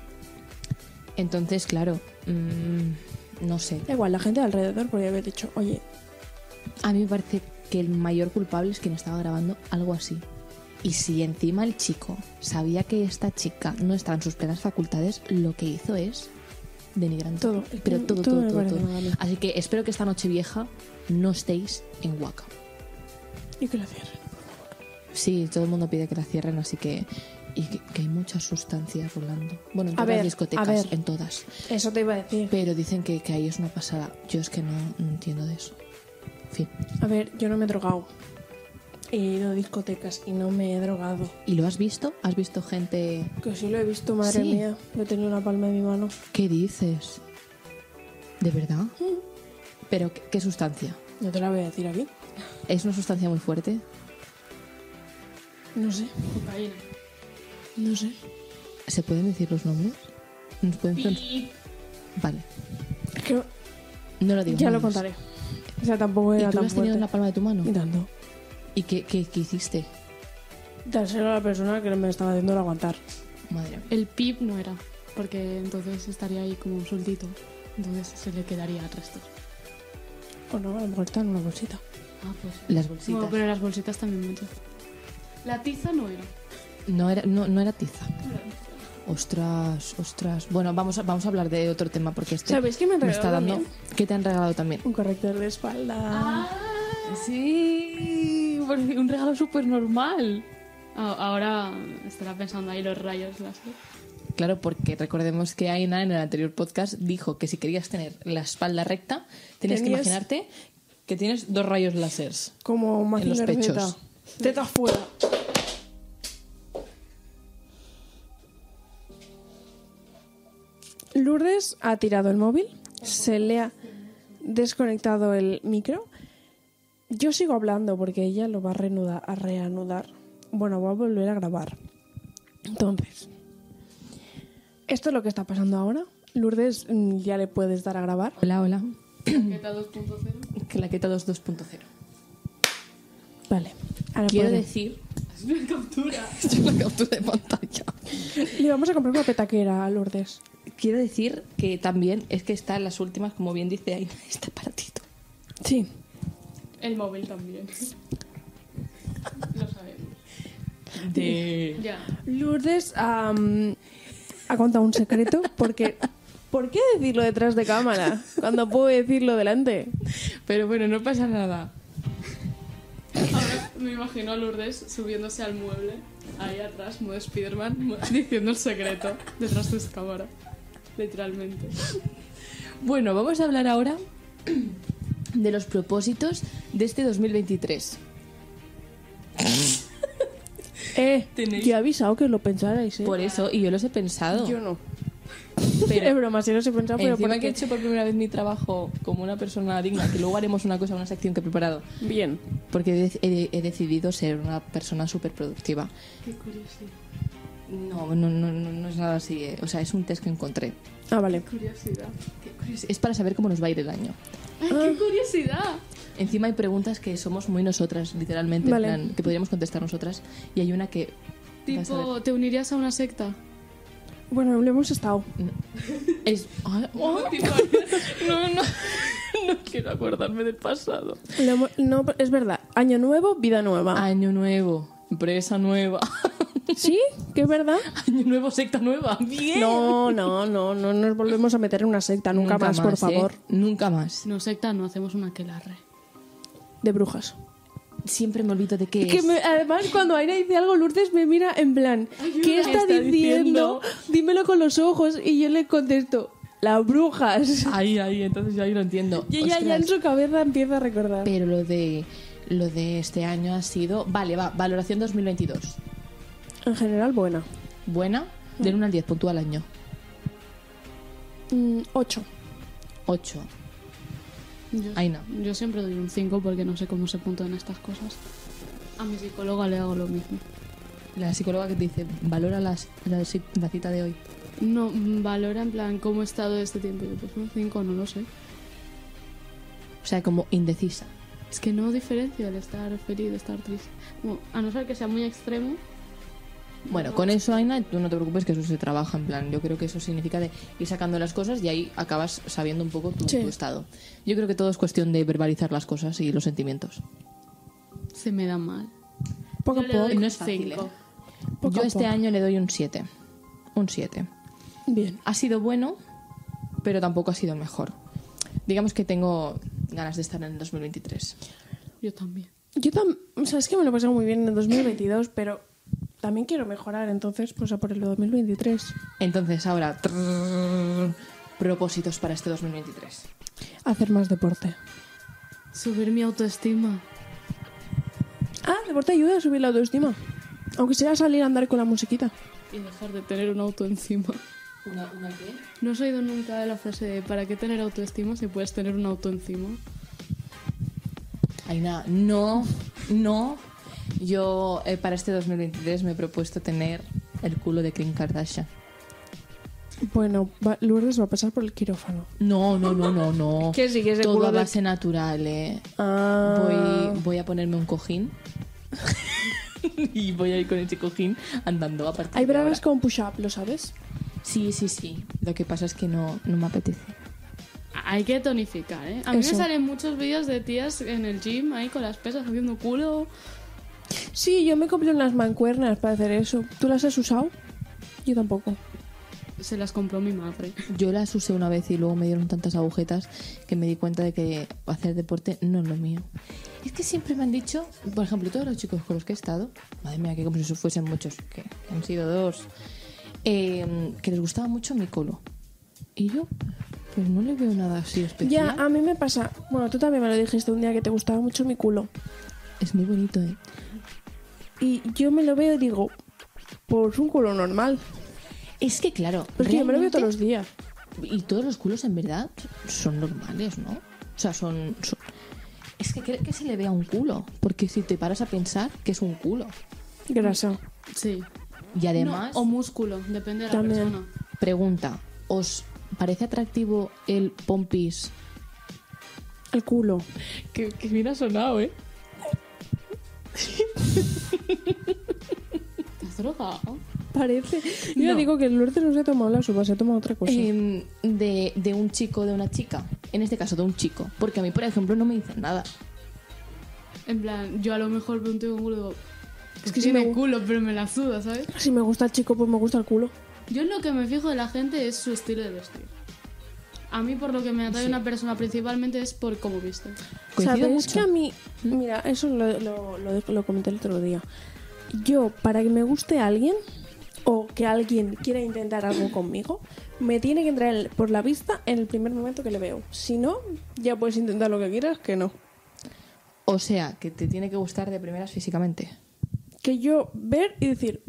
C: Entonces, claro, mm, no sé.
B: Da igual, la gente de alrededor podría haber dicho, oye,
C: A mí me parece que el mayor culpable es quien estaba grabando algo así. Y si encima el chico sabía que esta chica no estaba en sus plenas facultades, lo que hizo es denigrante.
B: Todo,
C: pero
B: todo, todo
C: todo, todo,
B: me
C: todo.
B: parece
C: todo.
B: mal a mí.
C: Así que espero que esta noche vieja no estéis en Huaca.
B: y que la cierren.
C: Sí, todo el mundo pide que la cierren, así que. Y que, que hay muchas sustancias volando. Bueno, en
B: A
C: todas
B: ver, a
C: las discotecas,
B: ver.
C: en todas.
B: Eso te iba a decir.
C: Pero dicen que, que ahí es una pasada. Yo es que no, no entiendo de eso. Fin.
B: A ver, yo no me he drogado. He ido a discotecas y no me he drogado.
C: ¿Y lo has visto? ¿Has visto gente
B: Que sí lo he visto, madre
C: Sí.
B: mía. Yo tenía una palma en mi mano.
C: ¿Qué dices? ¿De verdad? ¿Pero qué, qué sustancia?
B: No te la voy a decir aquí.
C: ¿Es una sustancia muy fuerte?
B: No sé,
D: Cocaína.
B: no sé.
C: ¿Se pueden decir los nombres? ¿Nos pueden cen- Vale.
B: Es que
C: No lo digo.
B: ya lo
C: más.
B: contaré. O sea, tampoco
C: ¿Y
B: era
C: tú lo
B: tan
C: has
B: fuerte.
C: tenido en la palma de tu mano?
B: Ni tanto.
C: ¿Y qué, qué- qué hiciste?
B: Dárselo a la persona que me estaba haciendo el aguantar.
C: Madre mía.
D: El pip no era, porque entonces estaría ahí como un soldito. Entonces se le quedaría al resto.
B: O no, a lo mejor está en una bolsita.
D: Ah, pues.
C: Las bolsitas.
D: Bueno, pero las bolsitas también mucho. La tiza no era.
C: No, era, no, no era tiza. Ostras, ostras. Bueno, vamos a, vamos a hablar de otro tema porque este
B: ¿Sabéis qué me han
C: me está
B: regalado
C: dando...
B: también?
C: ¿Qué te han regalado también?
B: Un corrector de espalda.
C: Ah,
D: Ah.
C: Sí, un regalo súper normal.
D: A- Ah, Ahora estará pensando ahí los rayos láser.
C: Claro, porque recordemos que Aina en el anterior podcast dijo que si querías tener la espalda recta, tienes que
B: Tenías-
C: imaginarte que tienes dos rayos láseres.
B: Como un
C: En los
B: mazinger
C: pechos.
B: teta. Teta fuera. Lourdes ha tirado el móvil, se le ha desconectado el micro. Yo sigo hablando porque ella lo va a, reanudar- a reanudar. Bueno, va a volver a grabar. Entonces, esto es lo que está pasando ahora. Lourdes, mm, ya le puedes dar a grabar.
C: Hola, hola.
D: Paqueta 2.0.
C: Claqueta 2 2.0.
B: Vale. Ahora
C: Quiero
B: puedes-
C: decir...
D: Es una captura.
C: Esto es la captura de pantalla.
B: Le vamos a comprar una petaquera a Lourdes.
C: Quiero decir que también es que está en las últimas, como bien dice Aina, este aparatito.
B: Sí.
D: El móvil también. Lo sabemos.
C: De...
D: Ya.
B: Lourdes am, ha contado un secreto porque... ¿Por qué decirlo detrás de cámara cuando puedo decirlo delante?
C: Pero bueno, no pasa nada.
D: Ahora me imagino a Lourdes subiéndose al mueble, ahí atrás, modo Spiderman, mo- diciendo el secreto detrás de su cámara. Literalmente.
C: Bueno, vamos a hablar ahora de los propósitos de este 2023.
B: Eh,
C: Tenéis-
B: yo he avisado que lo pensarais, ¿eh?
C: Por eso, y yo los he pensado.
B: Yo no.
C: Pero-
B: es broma, si no se pensaba, pero
C: Encima
B: porque-
C: que he hecho por primera vez mi trabajo como una persona digna, que luego haremos una cosa, una sección que he preparado,
B: Bien.
C: porque he, dec- he- he decidido ser una persona súper productiva.
D: Qué curiosidad.
C: No, no, no, no, no es nada así, eh. o sea, es un test que encontré.
B: Ah, vale.
D: Curiosidad.
C: Es para saber cómo nos va a ir el año.
D: ¡Ay, qué curiosidad!
C: Encima hay preguntas que somos muy nosotras, literalmente, en
B: Vale.
C: plan, que podríamos contestar nosotras, y hay una que... vas a ver.
D: Tipo, ¿te unirías a una secta?
B: Bueno, lo hemos estado.
C: Es... ah, oh, no, no, no quiero acordarme del pasado.
B: Lo hemos- No, es verdad. Año nuevo, vida nueva.
C: Año nuevo, empresa nueva.
B: ¿Sí? ¿Que es verdad?
C: Año nuevo, secta nueva. Bien.
B: No, no, no, no nos volvemos a meter en una secta. Nunca, más, por
C: ¿eh?
B: favor.
C: Nunca más.
D: No, secta no, hacemos una aquelarre.
B: De brujas.
C: Siempre me olvido de qué
B: Que
C: es.
B: me- además, cuando Aina dice algo, Lourdes me mira en plan,
D: Ayuda,
B: ¿qué está,
C: está
B: diciendo?
C: diciendo?
B: Dímelo con los ojos. Y yo le contesto, las brujas.
C: Ahí, ahí, entonces yo ahí lo entiendo.
B: Y ella ya
C: Ostras,
B: en su cabeza empieza a recordar.
C: Pero lo de, lo de este año ha sido... Vale, va, valoración 2022.
B: En general, buena.
C: Buena, del 1 al 10, puntual año.
B: 8.
C: 8.
D: Yo,
C: Aina.
D: yo siempre doy un 5 porque no sé cómo se puntúan estas cosas. A mi psicóloga le hago lo mismo.
C: La psicóloga que te dice, valora las- la, ci- la cita de hoy.
D: No, mm, valora en plan cómo he estado este tiempo. Yo, pues un 5, no lo sé.
C: O sea, como indecisa.
D: Es que no diferencio el estar feliz de estar triste. Como, a no ser que sea muy extremo.
C: Bueno, con eso, Aina, tú no te preocupes que eso se trabaja, en plan, yo creo que eso significa de ir sacando las cosas y ahí acabas sabiendo un poco tu,
B: Sí.
C: tu estado. Yo creo que todo es cuestión de verbalizar las cosas y los sentimientos.
D: Se me da mal.
B: Poco a
D: Yo le doy
B: poco.
C: no es fácil, ¿eh?
D: cinco.
B: Poco
C: yo
B: a
C: este
B: poco.
C: año le doy un 7. Un 7.
B: Bien.
C: Ha sido bueno, pero tampoco ha sido mejor. Digamos que tengo ganas de estar en el 2023.
D: Yo también.
B: Yo también. O sea, es que me lo he pasado muy bien en el 2022, pero también quiero mejorar, entonces, pues a por el 2023.
C: Entonces, ahora, trrr, propósitos para este 2023.
B: Hacer más deporte.
D: Subir mi autoestima.
B: Ah, el deporte ayuda a subir la autoestima. Aunque sea salir a andar con la musiquita.
D: Y dejar de tener un auto encima.
C: ¿Una, qué?
D: ¿No has oído nunca de la frase de ¿para qué tener autoestima si puedes tener un auto encima?
C: Aina, no, no. Yo eh, para este 2023 me he propuesto tener el culo de Kim Kardashian.
B: Bueno, va- Lourdes va a pasar por el quirófano.
C: No, no, no, no, no.
B: ¿Qué sí? ¿Que ese
C: Todo
B: culo
C: a
B: de-
C: base natural, eh.
B: Ah.
C: Voy, voy a ponerme un cojín. y voy a ir con ese cojín andando a partir
B: Hay
C: de
B: bragas
C: ahora.
B: con push-up, ¿lo sabes?
C: Sí, sí, sí. Lo que pasa es que no, no me apetece.
D: Hay que tonificar, ¿eh? A mí
B: Eso.
D: me salen muchos vídeos de tías en el gym ahí con las pesas haciendo culo.
B: Sí, yo me compré unas mancuernas para hacer eso. ¿Tú las has usado? Yo tampoco.
D: Se las compró mi madre.
C: Yo las usé una vez y luego me dieron tantas agujetas que me di cuenta de que hacer deporte no es lo mío. Es que siempre me han dicho, por ejemplo, todos los chicos con los que he estado, madre mía, que como si eso fuesen muchos, que han sido dos, eh, que les gustaba mucho mi colo. Y yo, pues no le veo nada así
B: Ya, ah.
C: especial.
B: a mí me pasa. Bueno, tú también me lo dijiste un día que te gustaba mucho mi culo.
C: Es muy bonito, ¿eh?
B: Y yo me lo veo y digo, pues un culo normal.
C: Es que claro,
B: Pero es que yo Pues me lo veo
C: realmente-
B: todos los días.
C: Y todos los culos en verdad son normales, ¿no? O sea, son... son- Es que creo que se le vea un culo, porque si te paras a pensar que es un culo.
B: Grasa.
D: Sí.
C: Y además,
D: o músculo, depende de la
B: También.
D: persona.
C: pregunta, ¿os parece atractivo el pompis?
B: El culo.
C: Que, que bien ha sonado, ¿eh?
D: ¿Estás drogado?
B: Parece. Yo
C: No. Eh,
B: digo que el norte no se ha tomado la sopa, se ha tomado otra cosa.
C: Em, de, de un chico, de una chica. En este caso, de un chico. Porque a mí, por ejemplo, no me dicen nada.
D: En plan, yo a lo mejor veo un tío con culo y digo,
B: Es que
D: es que
B: sí
D: tiene
B: me gu-
D: culo, pero me la suda, ¿sabes?
B: Si me gusta el chico, pues me gusta el culo.
D: Yo en lo que me fijo de la gente es su estilo de vestir. A mí por lo que me atrae una persona principalmente es por cómo viste.
C: Coincido
B: ¿Sabes
C: mucho.
B: que a mí, mira, eso lo, lo- lo de- lo comenté el otro día. Yo, para que me guste alguien o que alguien quiera intentar algo conmigo, me tiene que entrar el- por la vista en el primer momento que le veo. Si no, ya puedes intentar lo que quieras, que no.
C: O sea, que te tiene que gustar de primeras físicamente.
B: Que yo ver y decir,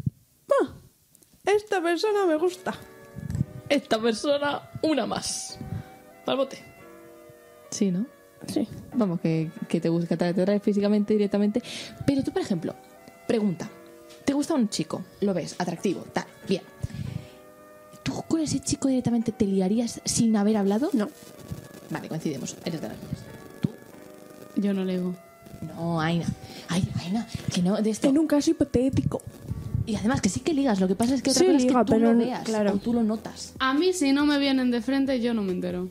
B: ah, esta persona me gusta.
C: Esta persona, una más. bote. Sí, ¿no?
B: Sí.
C: Vamos, que, que te gusta, te atrae físicamente directamente. Pero tú, por ejemplo, pregunta, ¿te gusta un chico? ¿Lo ves? Atractivo, tal, bien. ¿Tú con ese chico directamente te liarías sin haber hablado?
B: No.
C: Vale, coincidimos. Eres de las mías. ¿Tú?
D: Yo no leo.
C: No, Aina. Ay, Aina, que no, de esto.
B: En un caso hipotético.
C: Y además que sí que ligas, lo que pasa es que otra
B: Sí,
C: cosa es
B: liga,
C: que tú
B: pero
C: lo
B: no-
C: veas
B: claro.
C: o tú lo notas.
D: A mí si no me vienen de frente yo no me entero.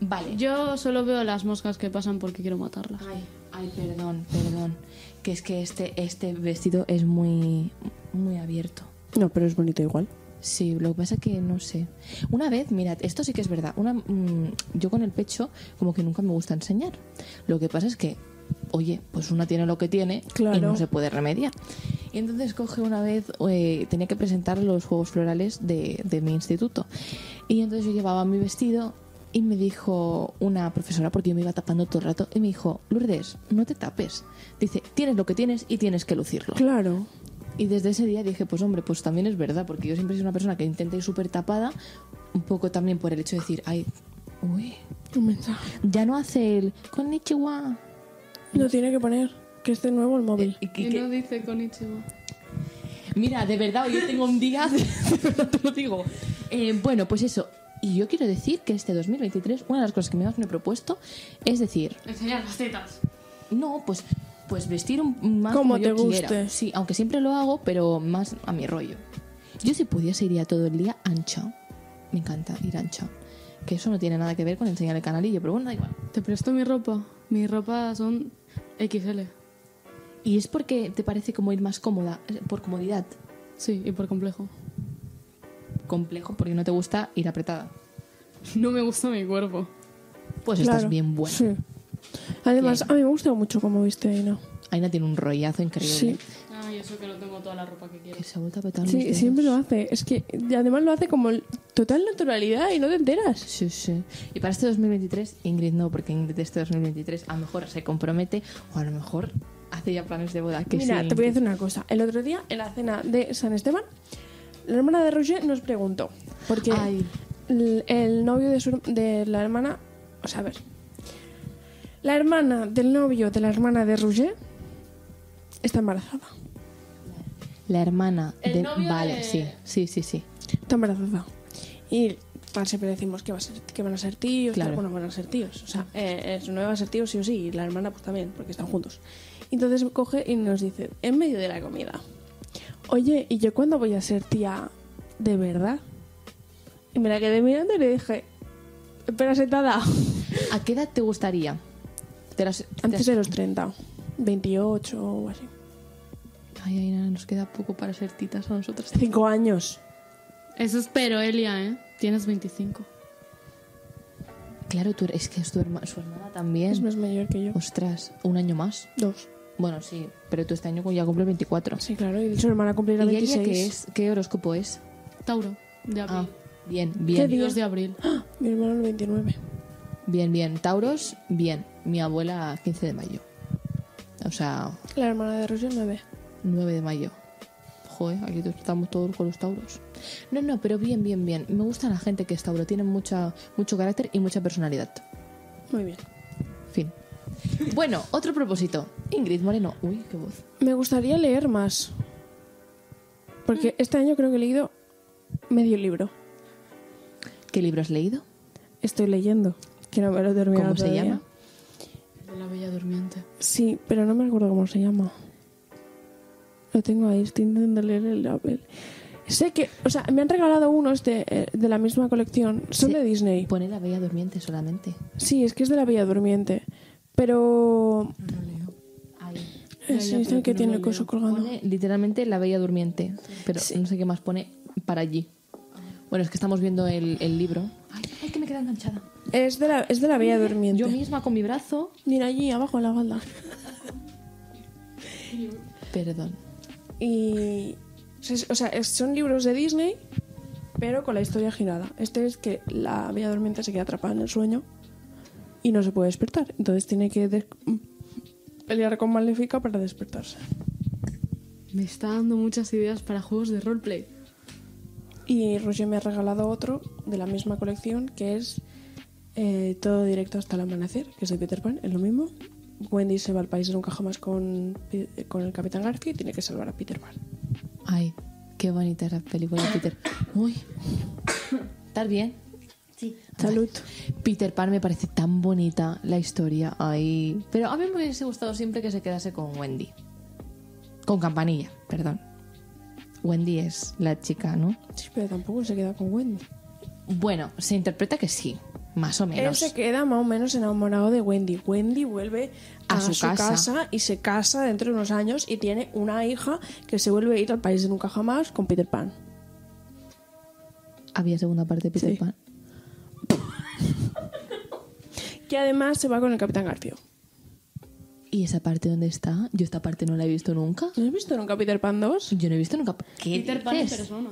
C: Vale.
D: Yo solo veo las moscas que pasan porque quiero matarlas.
C: Ay, ay, perdón, perdón. Que es que este, este vestido es muy, muy abierto.
B: No, pero es bonito igual.
C: Sí, lo que pasa que no sé. Una vez, mirad, esto sí que es verdad. Una, mm, yo con el pecho como que nunca me gusta enseñar. Lo que pasa es que, oye, pues una tiene lo que tiene y
B: Claro.
C: no se puede remediar. Y entonces coge una vez, eh, tenía que presentar los juegos florales de, de mi instituto. Y entonces yo llevaba mi vestido y me dijo una profesora, porque yo me iba tapando todo el rato, y me dijo, Lourdes, no te tapes. Dice, tienes lo que tienes y tienes que lucirlo.
B: Claro.
C: Y desde ese día dije, pues hombre, pues también es verdad, porque yo siempre soy una persona que intenta ir súper tapada, un poco también por el hecho de decir, ay, uy,
B: Un mensaje.
C: ya no hace el konnichiwa.
B: Lo tiene que poner, que esté nuevo el móvil.
C: Eh, Y
D: Y
C: que-
D: no dice Konichiwa.
C: Mira, de verdad, hoy yo tengo un día, de verdad te lo digo. Eh, bueno, pues eso. Y yo quiero decir que este 2023, una de las cosas que me más me he propuesto es decir,
D: Enseñar las tetas.
C: no, pues, pues vestir un, más
B: Como
C: como, yo
B: te guste.
C: quiera. Sí, aunque siempre lo hago, pero más a mi rollo. Yo si pudiese iría todo el día ancha. Me encanta ir ancha. Que eso no tiene nada que ver con enseñar el canalillo, pero bueno, da igual.
D: Te presto mi ropa. Mi ropa son XL.
C: Y es porque te parece como ir más cómoda, eh, por comodidad.
D: Sí, y por complejo.
C: Complejo, porque no te gusta ir apretada.
D: No me gusta mi cuerpo.
C: Pues
B: Claro,
C: estás bien buena.
B: sí. Además,
C: Bien.
B: a mí me gusta mucho cómo viste Aina.
C: Aina tiene un rollazo increíble.
B: Sí.
D: Ay, eso Ah, que no tengo toda la ropa que quiero.
C: Que se ha vuelto a petar los
B: Sí,
C: dedos.
B: siempre lo hace. Es que y además lo hace como total naturalidad y no te enteras.
C: Sí, sí. Y para este 2023, Ingrid no, porque Ingrid este 2023 a lo mejor se compromete o a lo mejor hace ya planes de boda. Que
B: Mira,
C: sí,
B: te voy a
C: Ingrid.
B: decir una cosa. El otro día, en la cena de San Esteban, la hermana de Roger nos preguntó. Porque
C: Ay.
B: el, el novio de, su- de la hermana. O sea, a ver. La hermana del novio de la hermana de Roger está embarazada.
C: La hermana
D: El
C: de...
D: novio
C: Vale,
D: de-
C: sí, sí, sí, sí.
B: Está embarazada. Y claro, siempre decimos que, va a ser- que van a ser tíos,
C: Claro.
B: tal, bueno, van a ser tíos. O sea, eh, eh, su novio va a ser tío sí o sí, y la hermana pues también, porque están juntos. Entonces coge y nos dice, en medio de la comida, oye, ¿y yo cuándo voy a ser tía de verdad? Y me la quedé mirando y le dije, espera sentada,
C: ¿A qué edad te gustaría? Te las- te
B: antes
C: las-
B: de los 30, 28 o así.
C: Ay, Aina, nos queda poco para ser titas a nosotras.
B: Cinco años.
D: Eso espero, Elia, ¿eh? Tienes 25.
C: Claro, tú, es que es tu herma- su hermana también.
B: Es más mayor que yo.
C: Ostras, un año más.
B: Dos.
C: Bueno, sí, pero tú este año ya cumple 24.
B: Sí, claro, y su hermana
C: ¿Y
B: cumplirá
C: ella qué
B: 26.
C: es? ¿Qué horóscopo es?
D: Tauro, de
C: Ah,
D: abril.
C: bien, bien.
B: día?
D: 2 de abril.
B: Mi hermano el 29.
C: Bien, bien. Tauros, bien. Mi abuela, 15 de mayo. O sea,
B: La hermana de Roger 9.
C: 9 de mayo. Joder, aquí to- estamos todos con los tauros. No, no, pero bien, bien, bien. Me gusta la gente que es tauro. Tienen mucha, mucho carácter y mucha personalidad.
B: Muy bien.
C: Fin. Bueno, otro propósito. Ingrid Moreno. Uy, qué voz.
B: Me gustaría leer más. Porque
C: Mm.
B: este año creo que he leído medio libro.
C: ¿Qué libro has leído?
B: Estoy leyendo. Que no me lo he terminado
C: ¿Cómo se
B: todavía.
C: llama?
D: De la Bella Durmiente.
B: Sí, pero no me acuerdo cómo se llama. Lo tengo ahí, estoy intentando leer el papel. Sé que, o sea, me han regalado unos de, eh, de la misma colección. Son
C: Sí.
B: de Disney.
C: Pone la bella durmiente solamente.
B: Sí, es que es de la Bella Durmiente. Pero. eh,
D: No lo leo.
C: Ahí.
D: Ya, ya,
B: sí, es
D: pero
B: el que
D: que no
B: tiene
D: lo
B: el coso
D: leo.
B: colgado.
C: Pone literalmente la bella durmiente. Pero
B: Sí. Ah.
C: no sé qué más pone para allí. Bueno, es que estamos viendo el, el libro. Ay, ay, que me queda enganchada.
B: Es de la, es de la Bella Durmiente.
C: Yo misma con mi brazo.
B: Mira allí, abajo en la balda.
C: Perdón.
B: Y. se- O sea, es- son libros de Disney, pero con la historia girada. Este es que la Bella Durmiente se queda atrapada en el sueño y no se puede despertar. Entonces tiene que des- pelear con Maléfica para despertarse.
D: Me está dando muchas ideas para juegos de roleplay.
B: Y Roger me ha regalado otro de la misma colección que es eh, Todo directo hasta el amanecer, que es de Peter Pan, es lo mismo. Wendy se va al país de nunca jamás con, Pi- con el Capitán Garfio y tiene que salvar a Peter Pan.
C: Ay, qué bonita la película, Peter. Uy. ¿Estás bien?
B: Salud.
C: Peter Pan me parece tan bonita la historia. Ay. Pero a mí me hubiese gustado siempre que se quedase con Wendy. Con Campanilla, perdón. Wendy es la chica, ¿no?
B: Sí, pero tampoco se queda con Wendy.
C: Bueno, se interpreta que sí, más o
B: Él
C: menos.
B: se queda más o menos enamorado de Wendy. Wendy vuelve a,
C: A
B: su,
C: su
B: casa.
C: casa.
B: y se casa dentro de unos años y tiene una hija que se vuelve a ir al país de nunca jamás con Peter Pan.
C: Había segunda parte de Peter
B: Sí.
C: Pan.
B: Que además se va con el Capitán Garfio.
C: ¿Y esa parte dónde está? Yo esta parte no la he visto nunca.
B: ¿No has visto nunca Peter Pan 2?
C: Yo no he visto nunca. ¿Qué
D: Peter Pan en
C: dices?
D: persona.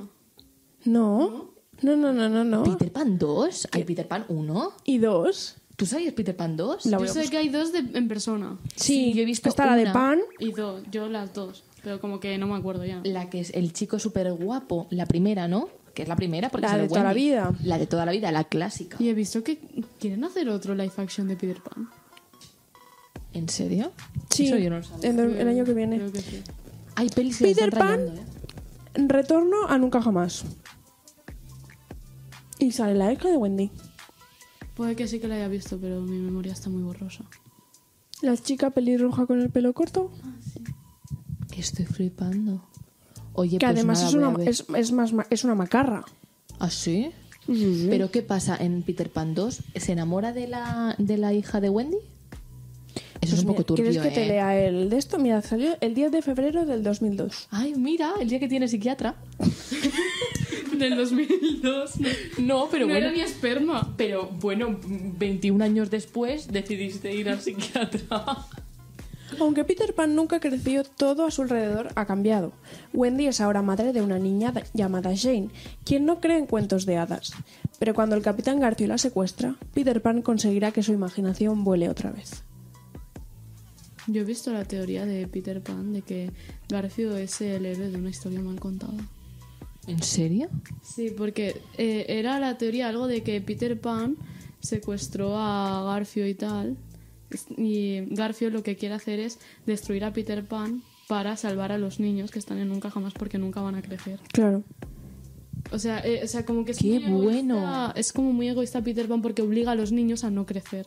B: No. No, no, no, no, no.
C: ¿Peter Pan 2? ¿Hay Peter Pan 1?
B: ¿Y dos?
C: ¿Tú sabías Peter Pan 2?
B: La voy
D: Yo
B: a
D: sé que hay dos de- en persona.
C: Sí, yo he visto
B: Está la de
C: una.
B: Pan.
D: Y dos, yo las dos. Pero como que no me acuerdo ya.
C: La que es el chico súper guapo, la primera, ¿no? Que es la primera porque
B: La
C: sale
B: de toda la
C: Wendy.
B: vida.
C: La de toda la vida, la clásica.
D: Y he visto que quieren hacer otro live action de Peter Pan.
C: ¿En serio?
B: Sí,
C: Eso yo no lo sabía.
B: el, el año que viene.
D: Creo que sí.
C: Hay pelis que le
B: Peter
C: están trayendo,
B: Pan.
C: ¿eh?
B: Retorno a nunca jamás. Y sale la extra de Wendy.
D: Puede que sí que la haya visto, pero mi memoria está muy borrosa.
B: La chica pelirroja con el pelo corto.
C: Estoy flipando. Oye,
B: que
C: pues
B: además
C: nada,
B: es,
C: voy
B: una,
C: a ver.
B: es, es más, ma- es una macarra.
C: ¿Ah, sí? ¿Pero qué pasa en Peter Pan 2? ¿Se enamora de la, de la hija de Wendy? Eso
B: Pues
C: es un poco
B: mira,
C: turbio,
B: ¿Quieres que te
C: ¿eh?
B: lea el de esto? Mira, salió el 10 de febrero del 2002.
C: Ay, mira, el día que tiene psiquiatra.
D: Del 2002. No,
C: No, pero
D: no
C: bueno.
D: era ni esperma.
C: Pero bueno, 21 años después decidiste ir al psiquiatra.
B: Aunque Peter Pan nunca creció, todo a su alrededor ha cambiado. Wendy es ahora madre de una niña da- llamada Jane, quien no cree en cuentos de hadas. Pero cuando el capitán Garcio la secuestra, Peter Pan conseguirá que su imaginación vuele otra vez.
D: Yo he visto la teoría de Peter Pan de que Garfield es el héroe de una historia mal contada.
C: ¿En serio?
D: Sí, porque eh, era la teoría algo de que Peter Pan secuestró a Garfio y tal. Y Garfio lo que quiere hacer es destruir a Peter Pan para salvar a los niños que están en Nunca Jamás porque nunca van a crecer.
B: Claro.
D: O sea, eh, o sea como que es
C: ¡Qué
D: muy egoísta-
C: bueno!
D: Es como muy egoísta Peter Pan porque obliga a los niños a no crecer.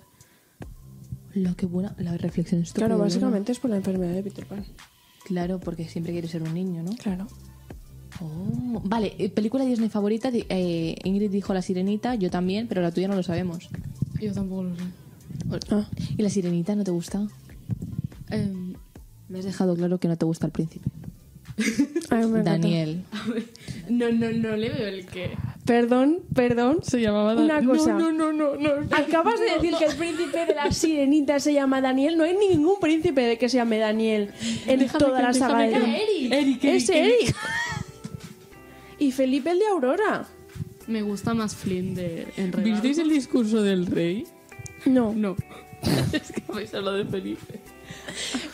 C: Lo que buena, la reflexión es
B: Claro,
C: muy buena.
B: básicamente es por la enfermedad de Peter Pan.
C: Claro, porque siempre quiere ser un niño, ¿no?
B: Claro.
C: Oh, Vale, eh, película Disney favorita. di- eh, Ingrid dijo La Sirenita, yo también, pero la tuya no lo sabemos.
D: Yo tampoco lo sé.
B: Ah.
C: ¿Y La Sirenita no te gusta?
D: Em,
C: Me has dejado claro que no te gusta al príncipe.
B: A mí me encanta.
C: Daniel.
D: no, no, no le veo el que.
B: Perdón, perdón.
D: Se llamaba Dan-
B: Una
D: No,
B: cosa.
D: No, no, no, no.
B: Acabas de decir que el príncipe de la sirenita se llama Daniel. No hay ningún príncipe de que se llame Daniel en
D: Déjame
B: toda
D: que-
B: la saga de
D: déjame que- Eric. Eric,
B: Es
D: Eric,
B: Eric. y Felipe el de Aurora.
D: Me gusta más Flynn de Enredados.
C: ¿Visteis el discurso del rey?
B: No.
D: No.
C: es que habéis hablado de Felipe.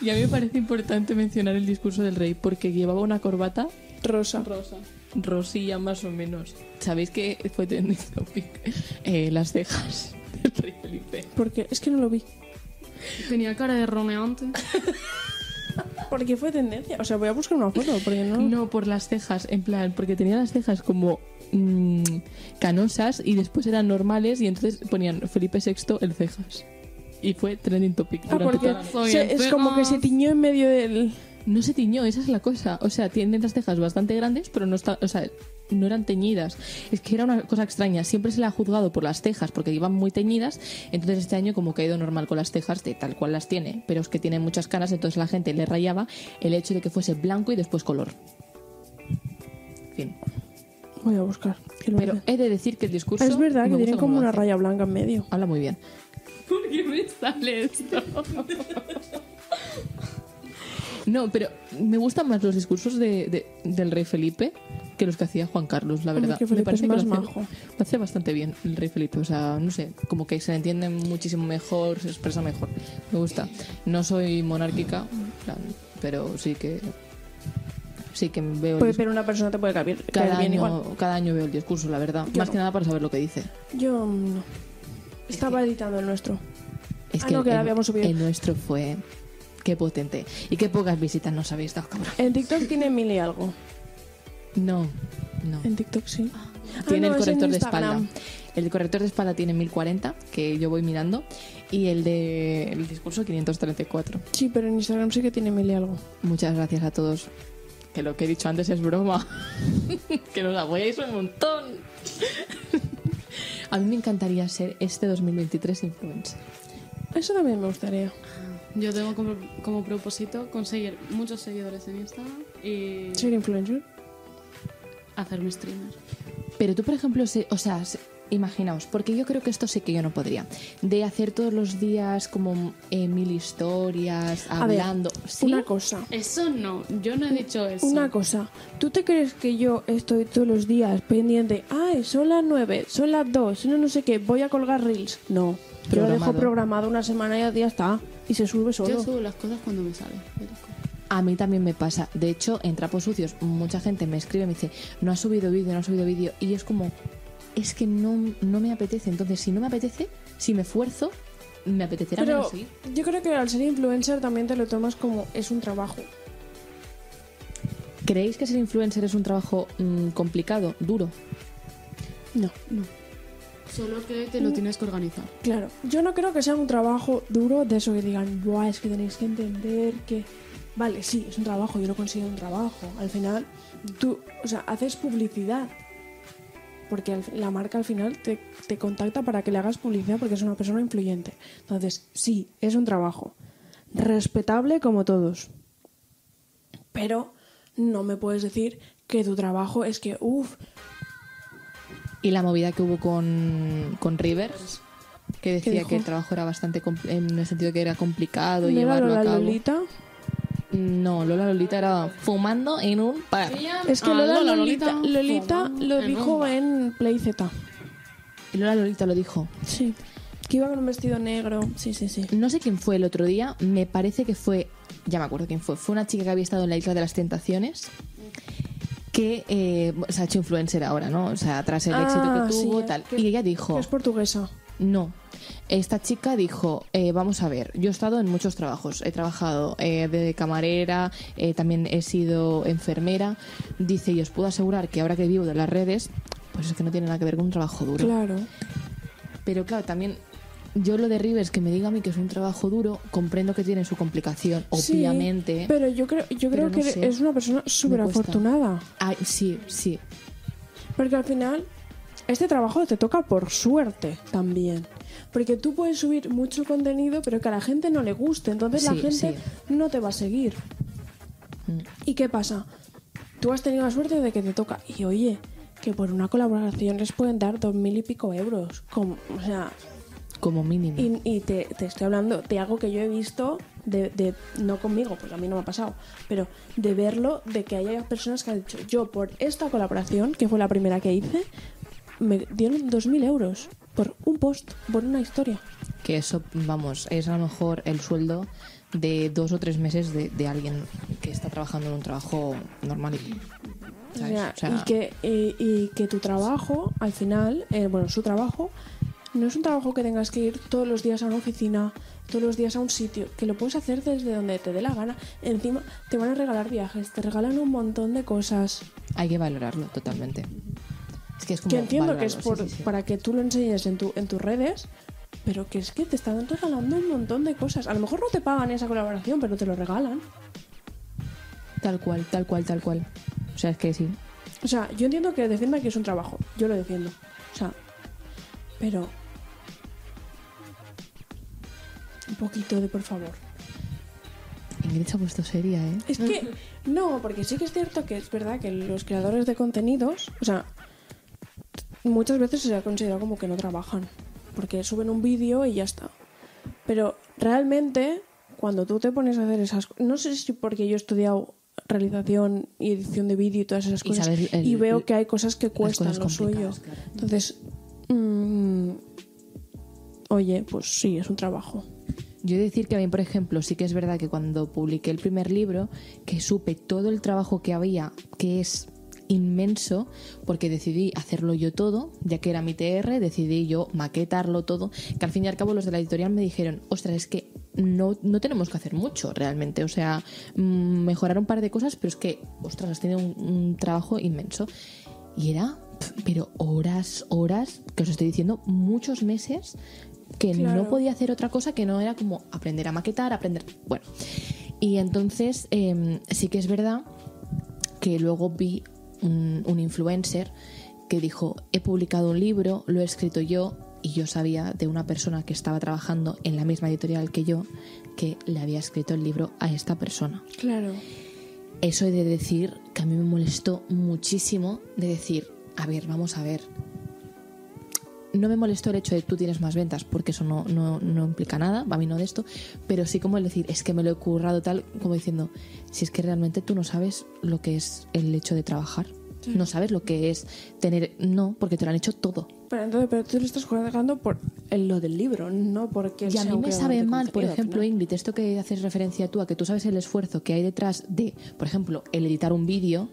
C: Y a mí me parece importante mencionar el discurso del rey porque llevaba una corbata
B: Rosa.
D: Rosa.
C: rosilla más o menos. ¿Sabéis que fue trending topic? Eh, las cejas del rey Felipe.
B: Porque es que no lo vi.
D: Tenía cara de roneante.
B: Porque fue tendencia. O sea, voy a buscar una foto porque no.
C: No, por las cejas, en plan, porque tenía las cejas como mm, canosas y después eran normales y entonces ponían Felipe VI el cejas. Y fue trending topic.
B: Ah,
C: durante
B: porque
C: toda la-
D: Soy
B: se-
D: el
B: es como que
D: Pegas.
B: se tiñó en medio del.
C: No se tiñó, esa es la cosa. O sea, tienen las cejas bastante grandes, pero no está, o sea, no eran teñidas. Es que era una cosa extraña. Siempre se la ha juzgado por las cejas, porque iban muy teñidas. Entonces este año como que ha ido normal con las cejas, de tal cual las tiene. Pero es que tiene muchas canas, entonces la gente le rayaba el hecho de que fuese blanco y después color. Fin.
B: Voy a buscar. que lo
C: Pero
B: hace.
C: he de decir que el discurso...
B: es verdad
C: me
B: que
C: gusta
B: tienen
C: cómo
B: como
C: lo
B: una
C: hace.
B: raya blanca en medio.
C: Habla muy bien.
D: ¿Por qué me sale esto?
C: No, pero me gustan más los discursos de- de- del rey Felipe que los que hacía Juan Carlos, la
B: Hombre,
C: verdad.
B: que Felipe
C: me parece
B: es más
C: que lo
B: majo.
C: hace, lo hace bastante bien el rey Felipe. O sea, no sé, como que se le entiende muchísimo mejor, se expresa mejor. Me gusta. No soy monárquica, en plan, pero sí que sí que veo. el
B: Puede-
C: discurso.
B: Pero una persona te puede caer, caer
C: cada,
B: bien igual.
C: año, cada año veo el discurso, la verdad.
B: Yo
C: más
B: no.
C: que nada para saber lo que dice.
B: Yo mm, no. Estaba editando el nuestro.
C: Es
B: Ah, no, que
C: el,
B: la habíamos subido.
C: el nuestro fue qué potente y qué pocas visitas nos habéis dado, cabrón.
B: En TikTok tiene mil y algo.
C: No, no.
B: En TikTok sí.
C: tiene
B: Ah, no,
C: el
B: es en
C: corrector de espalda.
B: Instagram.
C: El corrector de espalda tiene 1040, que yo voy mirando, y el de el discurso 534.
B: Sí, pero en Instagram sí que tiene mil y algo.
C: Muchas gracias a todos. Que lo que he dicho antes es broma. que nos apoyáis un montón. a mí me encantaría ser este 2023 influencer.
B: Eso también me gustaría.
D: Yo tengo como, como propósito conseguir muchos seguidores en Instagram y
B: Ser influencer.
D: hacerme streamer.
C: Pero tú, por ejemplo, se- o sea, se- imaginaos, porque yo creo que esto sí que yo no podría, de hacer todos los días como eh, mil historias,
B: A ver,
C: hablando. ¿sí?
B: Una cosa.
D: Eso no, yo no he dicho eso.
B: Una cosa. ¿Tú te crees que yo estoy todos los días pendiente? Ay, son las nueve, son las dos, son las no sé qué, voy a colgar reels. No. Yo lo dejo
C: Programado.
B: programado una semana y ya está. Y se sube solo.
D: Yo subo las cosas cuando me salen. de las cosas.
C: A mí también me pasa. De hecho, en Trapos Sucios, mucha gente me escribe y me dice, no ha subido vídeo, no ha subido vídeo. Y es como, es que no, no me apetece. Entonces, si no me apetece, si me esfuerzo, me apetecerá
B: Pero
C: menos seguir.
B: yo creo que al ser influencer también te lo tomas como es un trabajo.
C: ¿Creéis que ser influencer es un trabajo mm, complicado, duro?
B: No.
D: No. Solo que te
B: Mm.
D: lo tienes que organizar.
B: Claro, yo no creo que sea un trabajo duro de eso que digan, Buah, es que tenéis que entender que... Vale, sí, es un trabajo, yo lo considero un trabajo. Al final, tú, o sea, haces publicidad. Porque al- la marca al final te, te contacta para que le hagas publicidad porque es una persona influyente. Entonces, sí, es un trabajo. Respetable como todos. Pero no me puedes decir que tu trabajo es que, uff,
C: Y la movida que hubo con, con Rivers, que decía
B: dijo?
C: que el trabajo era bastante compl- en el sentido que era complicado
B: ¿no era
C: llevarlo
B: Lola
C: a cabo.
B: Lolita?
C: No, Lola Lolita era fumando en un par.
B: Es que
D: Ah,
B: Lola,
D: Lola,
B: Lolita, Lolita
D: Fumando
B: lo
D: en
B: dijo
D: un-
B: en Play Z.
C: Y Lola Lolita lo dijo.
B: Sí. Que iba con un vestido negro. Sí, sí, sí.
C: No sé quién fue el otro día, me parece que fue, ya me acuerdo quién fue, fue una chica que había estado en la Isla de las Tentaciones, que eh, se ha hecho influencer ahora, ¿no? O sea, tras el
B: Ah,
C: éxito que
B: sí,
C: tuvo,
B: eh.
C: tal.
B: Que-
C: Y ella dijo...
B: Que es portuguesa.
C: No. Esta chica dijo, eh, vamos a ver, yo he estado en muchos trabajos, he trabajado eh, de camarera, eh, también he sido enfermera, dice, y os puedo asegurar que ahora que vivo de las redes, pues es que no tiene nada que ver con un trabajo duro.
B: Claro.
C: Pero claro, también yo lo de Rivers, que me diga a mí que es un trabajo duro, comprendo que tiene su complicación,
B: Sí,
C: obviamente.
B: pero yo creo, yo creo
C: Pero no
B: que
C: sé.
B: es una persona súper afortunada.
C: Ay, sí, sí.
B: Porque al final, este trabajo te toca por suerte también. Porque tú puedes subir mucho contenido, pero que a la gente no le guste. Entonces la
C: Sí,
B: gente no te va a seguir.
C: Mm.
B: ¿Y qué pasa? Tú has tenido la suerte de que te toca. Y oye, que por una colaboración les pueden dar dos mil y pico euros. Como, o sea,
C: Como mínimo.
B: Y, y te, te estoy hablando de algo que yo he visto, de, de- no conmigo, porque a mí no me ha pasado, pero de verlo, de que haya personas que han dicho, yo por esta colaboración, que fue la primera que hice, me dieron 2.000 euros por un post, por una historia.
C: Que eso, vamos, es a lo mejor el sueldo de dos o tres meses de, de alguien que está trabajando en un trabajo normal. y-
B: O
C: ¿sabes?
B: sea,
C: O sea,
B: y, que, y, y que tu trabajo, al final, eh, bueno, su trabajo, no es un trabajo que tengas que ir todos los días a una oficina, todos los días a un sitio, que lo puedes hacer desde donde te dé la gana. Encima, te van a regalar viajes, te regalan un montón de cosas.
C: hay que valorarlo totalmente. Es que es como
B: Que entiendo que es
C: valorarlo,
B: por,
C: sí, sí, sí.
B: para que tú lo enseñes en, tu, en tus redes, pero que es que te están regalando un montón de cosas. A lo mejor no te pagan esa colaboración, pero te lo regalan.
C: Tal cual, tal cual, tal cual. O sea, es que sí.
B: O sea, yo entiendo que defienda que es un trabajo. Yo lo defiendo. O sea, pero... Un poquito de por favor.
C: Ingrid se ha puesto seria, ¿eh?
B: Es que, no, porque sí que es cierto que es verdad que los creadores de contenidos, o sea, muchas veces se ha considerado como que no trabajan, porque suben un vídeo y ya está. Pero realmente, cuando tú te pones a hacer esas cosas, no sé si porque yo he estudiado realización y edición de vídeo y todas esas
C: Y
B: cosas,
C: sabes el-
B: y veo que hay cosas que cuestan
C: cosas
B: lo suyo.
C: complicadas, claro.
B: Entonces, mm, oye, pues sí, es un trabajo.
C: Yo he de decir que a mí, por ejemplo, sí que es verdad que cuando publiqué el primer libro, que supe todo el trabajo que había, que es inmenso, porque decidí hacerlo yo todo, ya que era mi TR, decidí yo maquetarlo todo, que al fin y al cabo los de la editorial me dijeron, ostras, es que no, no tenemos que hacer mucho realmente, o sea, mm, mejorar un par de cosas, pero es que, ostras, has tenido un, un trabajo inmenso. Y era, pf, pero horas, horas, que os estoy diciendo, muchos meses que
B: Claro.
C: no podía podía hacer otra cosa que no era como aprender a maquetar, aprender. Bueno, y entonces eh, sí que es verdad que luego vi un, un influencer que dijo: He publicado un libro, lo he escrito yo, y yo sabía de una persona que estaba trabajando en la misma editorial que yo que le había escrito el libro a esta persona.
B: Claro.
C: Eso he de decir que a mí me molestó muchísimo de decir, a ver, vamos a ver. No me molestó el hecho de tú tienes más ventas, porque eso no, no, no implica nada, a mí no de esto, pero sí como el decir, es que me lo he currado tal, como diciendo, si es que realmente tú no sabes lo que es el hecho de trabajar, no sabes lo que es tener, no, porque te lo han hecho todo.
B: Pero entonces, pero tú lo estás jugando por el- lo del libro, no porque
C: Y
B: sea
C: a mí
B: un
C: me
B: creador
C: sabe
B: de
C: mal, por
B: contenido,
C: ejemplo,
B: al final.
C: Ingrid, esto que haces referencia tú, a que tú sabes el esfuerzo que hay detrás de, por ejemplo, el editar un vídeo.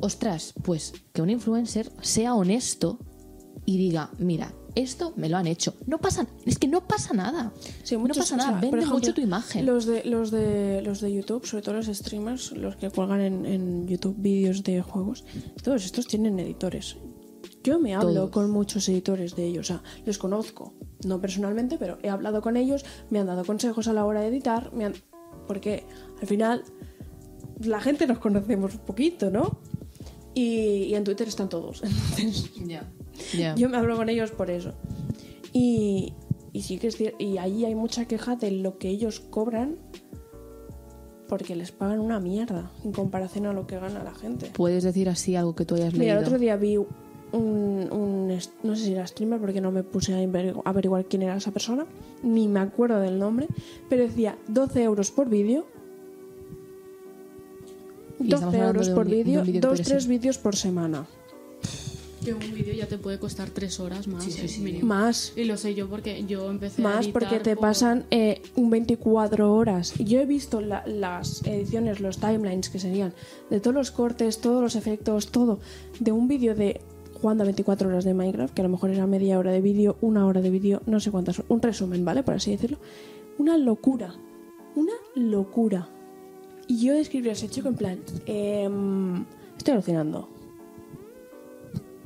C: Ostras, pues que un influencer sea honesto y diga, mira, esto me lo han hecho. No pasa, es que no pasa nada.
B: Sí,
C: no
B: muchos-
C: pasa
B: o
C: nada,
B: sea, por
C: vende
B: ejemplo,
C: mucho tu imagen.
B: Los de, los, de, los de YouTube, sobre todo los streamers, los que cuelgan en, en YouTube vídeos de juegos, todos estos tienen editores. Yo me hablo
C: Todos.
B: con muchos editores de ellos, o sea, les conozco, no personalmente, pero he hablado con ellos, me han dado consejos a la hora de editar, me han... porque al final la gente nos conocemos un poquito, ¿no? Y, y en Twitter están todos, entonces
C: Ya.
B: yo me hablo con ellos por eso. Y, y sí que es cierto, y ahí hay mucha queja de lo que ellos cobran porque les pagan una mierda en comparación a lo que gana la gente.
C: ¿Puedes decir así algo que tú hayas
B: Mira, el
C: leído?
B: otro día vi un, un est- no sé si era streamer porque no me puse a inverigu- averiguar quién era esa persona, ni me acuerdo del nombre, pero decía 12 euros por vídeo.
C: Y estamos
B: 12
C: hablando
B: euros
C: de un
B: por
C: vi- de un
B: vídeo,
C: vídeo
B: dos,
C: impreso.
B: tres vídeos por semana.
D: Que un vídeo ya te puede costar tres horas más.
C: Sí, sí,
D: eh,
C: sí.
D: mínimo.
B: Más.
D: Y lo sé yo porque yo empecé a
B: Más
D: editar
B: porque te
D: por-
B: pasan eh, un 24 horas. Yo he visto la- las ediciones, los timelines que serían, de todos los cortes, todos los efectos, todo, de un vídeo de jugando a 24 horas de Minecraft, que a lo mejor era media hora de vídeo, una hora de vídeo, no sé cuántas, un resumen, ¿vale? Por así decirlo. Una locura. Una locura. Y yo describí a ese chico en plan, em, estoy alucinando.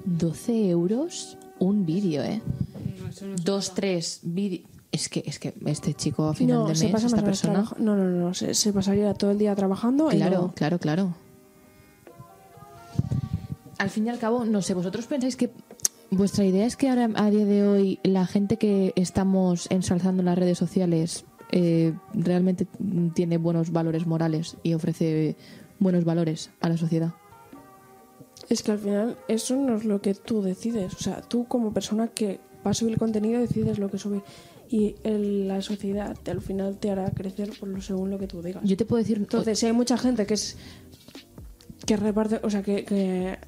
C: 12 euros un vídeo, ¿eh?
D: No, eso no es
C: Dos,
D: nada.
C: tres vídeos. Es que, es que este chico a final
B: no,
C: de
B: se
C: mes,
B: pasa más
C: esta
B: horas
C: persona.
B: trabaja- No, no, no, no, se, se pasaría todo el día trabajando. y
C: Claro,
B: no.
C: claro, claro. Al fin y al cabo, no sé, vosotros pensáis que vuestra idea es que ahora a día de hoy la gente que estamos ensalzando las redes sociales eh, realmente tiene buenos valores morales y ofrece buenos valores a la sociedad.
B: Es que al final eso no es lo que tú decides. O sea, tú como persona que va a subir contenido decides lo que subir. Y el- la sociedad te- al final te hará crecer por lo, según lo que tú digas.
C: Yo te puedo decir,
B: Entonces, si hay mucha gente que es. que reparte. o sea, que. que,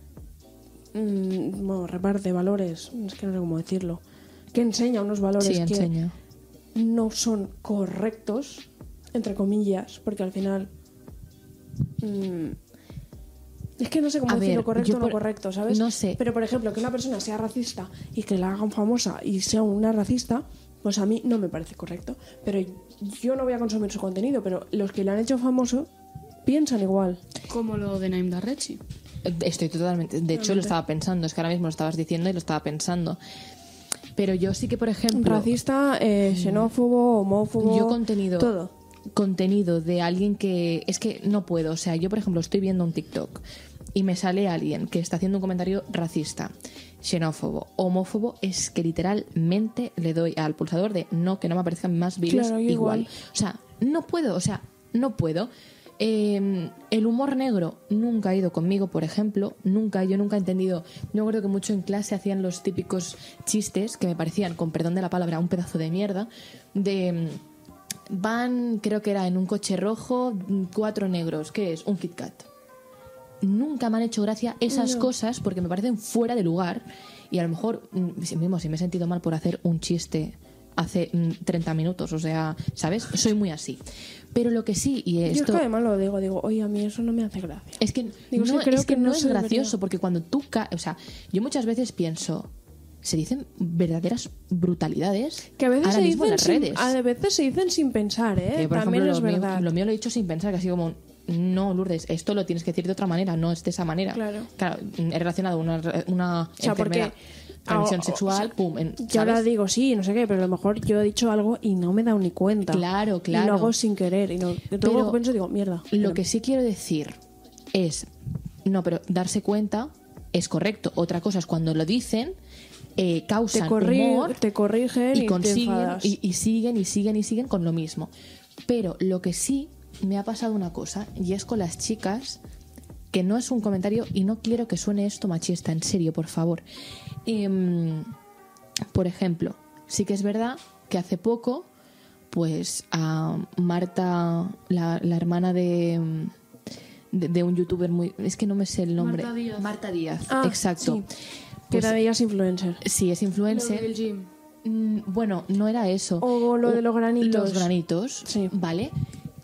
B: mm, bueno, reparte valores. es que no sé cómo decirlo. que enseña unos valores
C: sí,
B: que
C: enseña.
B: no son correctos, entre comillas, porque al final. mm, es que no sé cómo
C: A
B: decirlo
C: ver,
B: correcto
C: yo
B: o no
C: por-
B: correcto, ¿sabes?
C: no sé.
B: Pero por ejemplo, que una persona sea racista y que la hagan famosa y sea una racista, pues a mí no me parece correcto. Pero yo no voy a consumir su contenido, pero los que le han hecho famoso piensan igual.
D: Como lo de Naim Darrechi.
C: Estoy totalmente. De hecho, lo estaba pensando. Es que ahora mismo lo estabas diciendo y lo estaba pensando. Pero yo sí que, por ejemplo.
B: Racista, eh, xenófobo, homófobo.
C: mm, Yo contenido.
B: Todo.
C: Contenido de alguien que. Es que no puedo. O sea, yo, por ejemplo, estoy viendo un TikTok y me sale alguien que está haciendo un comentario racista, xenófobo, homófobo. Es que literalmente le doy al pulsador de no, que no me aparezcan más vídeos
B: Claro, yo
C: igual.
B: igual.
C: O sea, no puedo. O sea, no puedo. Eh, el humor negro nunca ha ido conmigo, por ejemplo, nunca, yo nunca he entendido, yo creo que mucho en clase hacían los típicos chistes que me parecían, con perdón de la palabra, un pedazo de mierda, de mm, van, creo que era en un coche rojo, mm, cuatro negros, que es un Kit Kat. Nunca me han hecho gracia esas cosas porque me parecen fuera de lugar y a lo mejor, mm, sí mismo, si me he sentido mal por hacer un chiste hace mm, 30 minutos, o sea, ¿sabes? Soy muy así. Pero lo que sí, y
B: Yo es
C: esto...
B: que además lo digo, digo, oye, a mí eso no me hace gracia.
C: Es que
B: Digo,
C: no,
B: sí, creo
C: es, que
B: que
C: no
B: no
C: es
B: se debería.
C: gracioso, porque cuando tú... ca- O sea, yo muchas veces pienso, se dicen verdaderas brutalidades
B: Que a veces,
C: ahora
B: se
C: mismo en
B: dicen
C: las
B: sin,
C: redes.
B: a veces se dicen sin pensar, ¿eh?
C: Que, por
B: También
C: ejemplo,
B: es
C: lo, mío,
B: verdad.
C: lo mío lo he dicho sin pensar, que así como... No, Lourdes, esto lo tienes que decir de otra manera, no es de esa manera.
B: Claro.
C: he relacionado una, una
B: O sea, porque-
C: enfermedad, transmisión
B: Ah, o- o
C: sexual,
B: sea,
C: pum, en-
B: Yo ahora
C: ¿sabes?
B: digo sí, no sé qué, pero a lo mejor yo he dicho algo y no me he dado ni cuenta.
C: Claro,
B: Y
C: claro.
B: lo hago sin querer. Y no, y luego
C: Pero
B: pienso y digo, mierda.
C: Lo que sí quiero decir es, no, pero darse cuenta es correcto. Otra cosa es cuando lo dicen, eh,
B: te,
C: causan
B: corri-
C: humor
B: te corrigen y,
C: y
B: te
C: consiguen
B: enfadas.
C: y, y siguen y siguen y siguen con lo mismo. Pero lo que sí me ha pasado una cosa y es con las chicas que no es un comentario y no quiero que suene esto machista, en serio, por favor. Em, por ejemplo, sí que es verdad que hace poco, pues a Marta, la, la hermana de, de, de un youtuber muy... Es que no me sé el nombre.
D: Marta Díaz.
C: Marta Díaz,
B: Ah,
C: exacto. Pues
B: sí. que era de ellas influencer.
C: Sí, es
D: Lo del
C: influencer.
D: gym.
C: Mm, Bueno, no era eso.
B: O lo de los granitos.
C: Los granitos,
B: Sí.
C: ¿vale?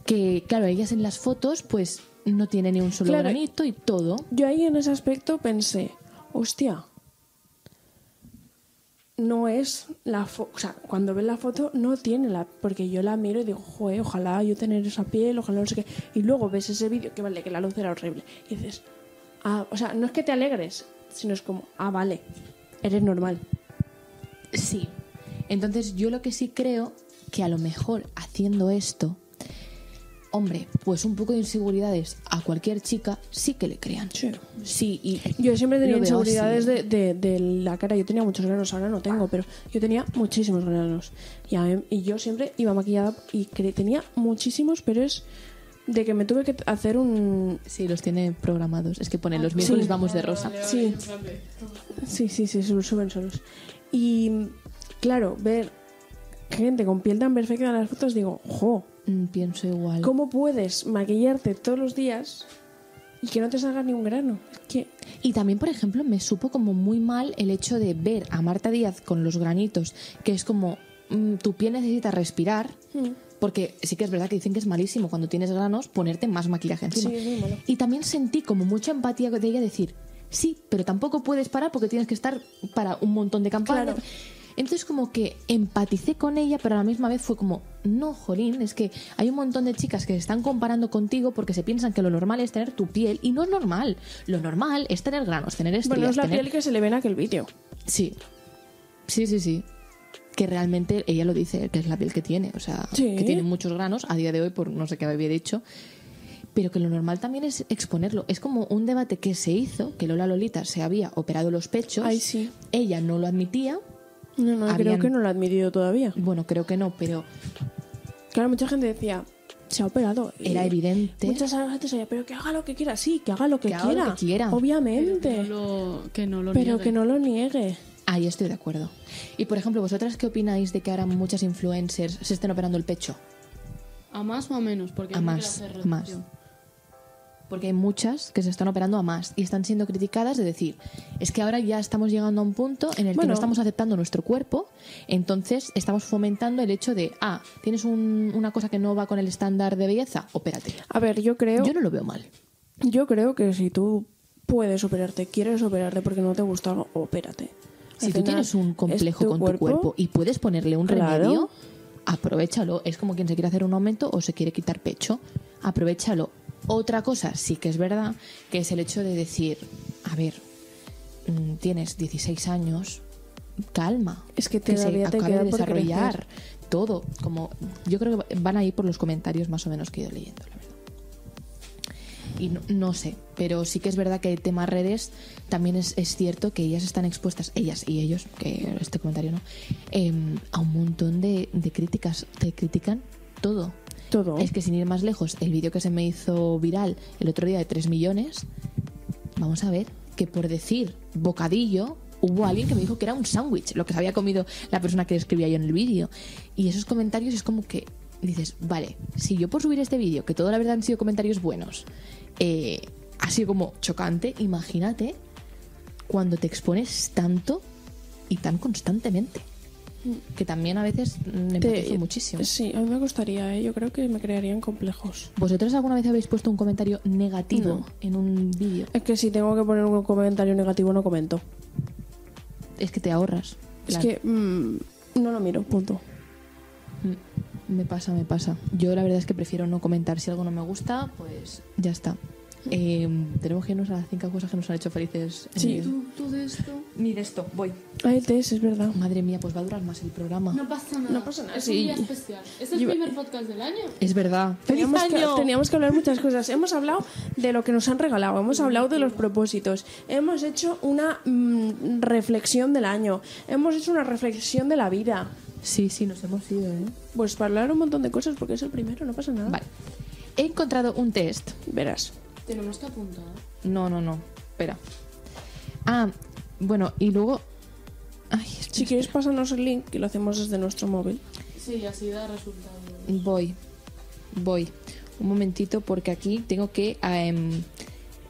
C: Que, claro, ellas en las fotos, pues no tienen ni un solo
B: Claro.
C: granito y todo.
B: Yo ahí en ese aspecto pensé, hostia, no es la foto, o sea, cuando ves la foto no tiene la, porque yo la miro y digo, joder, ojalá yo tener esa piel, ojalá no sé qué, y luego ves ese vídeo, que vale, que la luz era horrible, y dices, ah, o sea, no es que te alegres, sino es como, ah, vale, Eres normal.
C: Sí. Entonces yo lo que sí creo que a lo mejor haciendo esto, hombre, pues un poco de inseguridades a cualquier chica sí que le crean.
B: Sí.
C: Sí, y
B: Yo siempre tenía
C: lo veo
B: inseguridades
C: así.
B: de, de- de la cara. Yo tenía muchos granos, ahora no tengo, pero yo tenía muchísimos granos. Y, a mí- y yo siempre iba maquillada y cre- tenía muchísimos, pero es de que me tuve que hacer un...
C: Sí, los tiene programados. Es que ponen
B: Ah,
C: los miércoles vamos de rosa.
B: Sí. Sí, sí, sí, su- suben solos. Y claro, ver gente con piel tan perfecta en las fotos, digo, ¡jo!
C: Mm, pienso igual.
B: ¿Cómo puedes maquillarte todos los días y que no te salga ni un grano? Es que
C: Y también, por ejemplo, me supo como muy mal el hecho de ver a Marta Díaz con los granitos, que es como mm, tu piel necesita respirar,
B: mm".
C: porque sí que es verdad que dicen que es malísimo cuando tienes granos ponerte más maquillaje encima.
B: Sí, es muy malo.
C: Y también sentí como mucha empatía de ella decir, sí, pero tampoco puedes parar porque tienes que estar para un montón de campañas.
B: Claro.
C: Entonces como que empaticé con ella, pero a la misma vez fue como, no, Jolín, es que hay un montón de chicas que se están comparando contigo porque se piensan que lo normal es tener tu piel y no es normal. Lo normal es tener granos, tener estrías,
B: Bueno, es la
C: tener-
B: piel que se le ve en aquel vídeo.
C: Sí, sí, sí, sí. Que realmente ella lo dice, que es la piel que tiene, o sea,
B: Sí.
C: que tiene muchos granos a día de hoy por no sé qué había dicho, pero que lo normal también es exponerlo. Es como un debate que se hizo, que Lola Lolita se había operado los pechos,
B: Ay, sí.
C: ella no lo admitía,
B: No, no, creo
C: Habían-
B: que no lo ha admitido todavía.
C: bueno, creo que no, pero
B: Claro, mucha gente decía, se ha operado. Y
C: era evidente.
B: Eh, Muchas gente decía, pero que haga lo que quiera. Sí, que haga lo que,
C: Que haga
B: quiera.
C: lo que quiera.
B: Obviamente.
D: Lo- que no lo
B: Pero
D: niegue.
B: que no lo niegue.
C: Ahí estoy de acuerdo. Y por ejemplo, ¿vosotras qué opináis de que ahora muchas influencers se estén operando el pecho?
D: ¿A más o a menos? Porque
C: A
D: hay que
C: más,
D: hacer
C: a más.
D: reducción.
C: Porque hay muchas que se están operando a más y están siendo criticadas de decir, es que ahora ya estamos llegando a un punto en el que
B: Bueno.
C: no estamos aceptando nuestro cuerpo, entonces estamos fomentando el hecho de, ah, tienes un- una cosa que no va con el estándar de belleza, opérate.
B: A ver, yo creo,
C: Yo no lo veo mal.
B: yo creo que si tú puedes operarte, quieres operarte porque no te gusta algo, opérate. Al
C: Si tú
B: final,
C: tienes un
B: es
C: complejo con tu cuerpo y puedes ponerle un
B: Claro.
C: remedio, aprovechalo. Es como quien se quiere hacer un aumento o se quiere quitar pecho. Aprovechalo. Otra cosa, sí que es verdad, que es el hecho de decir, a ver, mm, tienes 16 años, calma.
B: Es que
C: se
B: todavía te
C: acabe
B: queda
C: de
B: por
C: desarrollar todo. Como, yo creo que van ahí por los comentarios más o menos que he ido leyendo, la verdad. Y no, no sé, pero sí que es verdad que el tema redes también es, es cierto que ellas están expuestas, ellas y ellos, que este comentario no, em, a un montón de, de críticas. Te critican todo.
B: Todo.
C: Es que sin ir más lejos, el vídeo que se me hizo viral el otro día de 3 millones, vamos a ver que por decir bocadillo, hubo alguien que me dijo que era un sándwich, lo que se había comido la persona que escribía yo en el vídeo. Y esos comentarios es como que dices, vale, si yo por subir este vídeo, que todo la verdad han sido comentarios buenos, eh, ha sido como chocante, imagínate cuando te expones tanto y tan constantemente. Que también a veces me
B: Mm. Te-
C: empatizo muchísimo.
B: Sí, a mí me gustaría, ¿eh? yo creo que me crearían complejos.
C: ¿Vosotros alguna vez habéis puesto un comentario negativo en un vídeo?
B: Es que si tengo que poner un comentario negativo, no comento.
C: Es que te ahorras.
B: Es
C: Claro.
B: que mm, no lo miro, punto.
C: Mm, Me pasa, me pasa. Yo la verdad es que prefiero no comentar. Si algo no me gusta, pues ya está. Eh, tenemos que irnos a las cinco cosas que nos han hecho felices. en
B: Sí.
C: el-
D: Tú, tú de esto.
C: Ni de esto, voy.
B: Ah, el test, es verdad.
C: Madre mía, pues va a durar más el programa.
D: No pasa nada.
B: No pasa nada,
D: Es
B: sí.
D: un día especial. Es el
B: Yo-
D: primer podcast del año.
C: Es verdad.
B: Teníamos que, teníamos que hablar muchas cosas. Hemos hablado de lo que nos han regalado, hemos hablado de los propósitos, hemos hecho una mm, reflexión del año, hemos hecho una reflexión de la vida.
C: Sí, sí, nos hemos ido, ¿eh?
B: Pues para hablar un montón de cosas, porque es el primero, no pasa nada.
C: Vale. He encontrado un test.
B: Verás.
D: Tenemos que apuntar.
C: No, no, no. Espera. Ah, bueno, y luego... Ay, espera,
B: Si quieres, pásanos el link, que lo hacemos desde nuestro móvil.
D: Sí, así da resultado.
C: Voy, voy. Un momentito porque aquí tengo que... ah, em,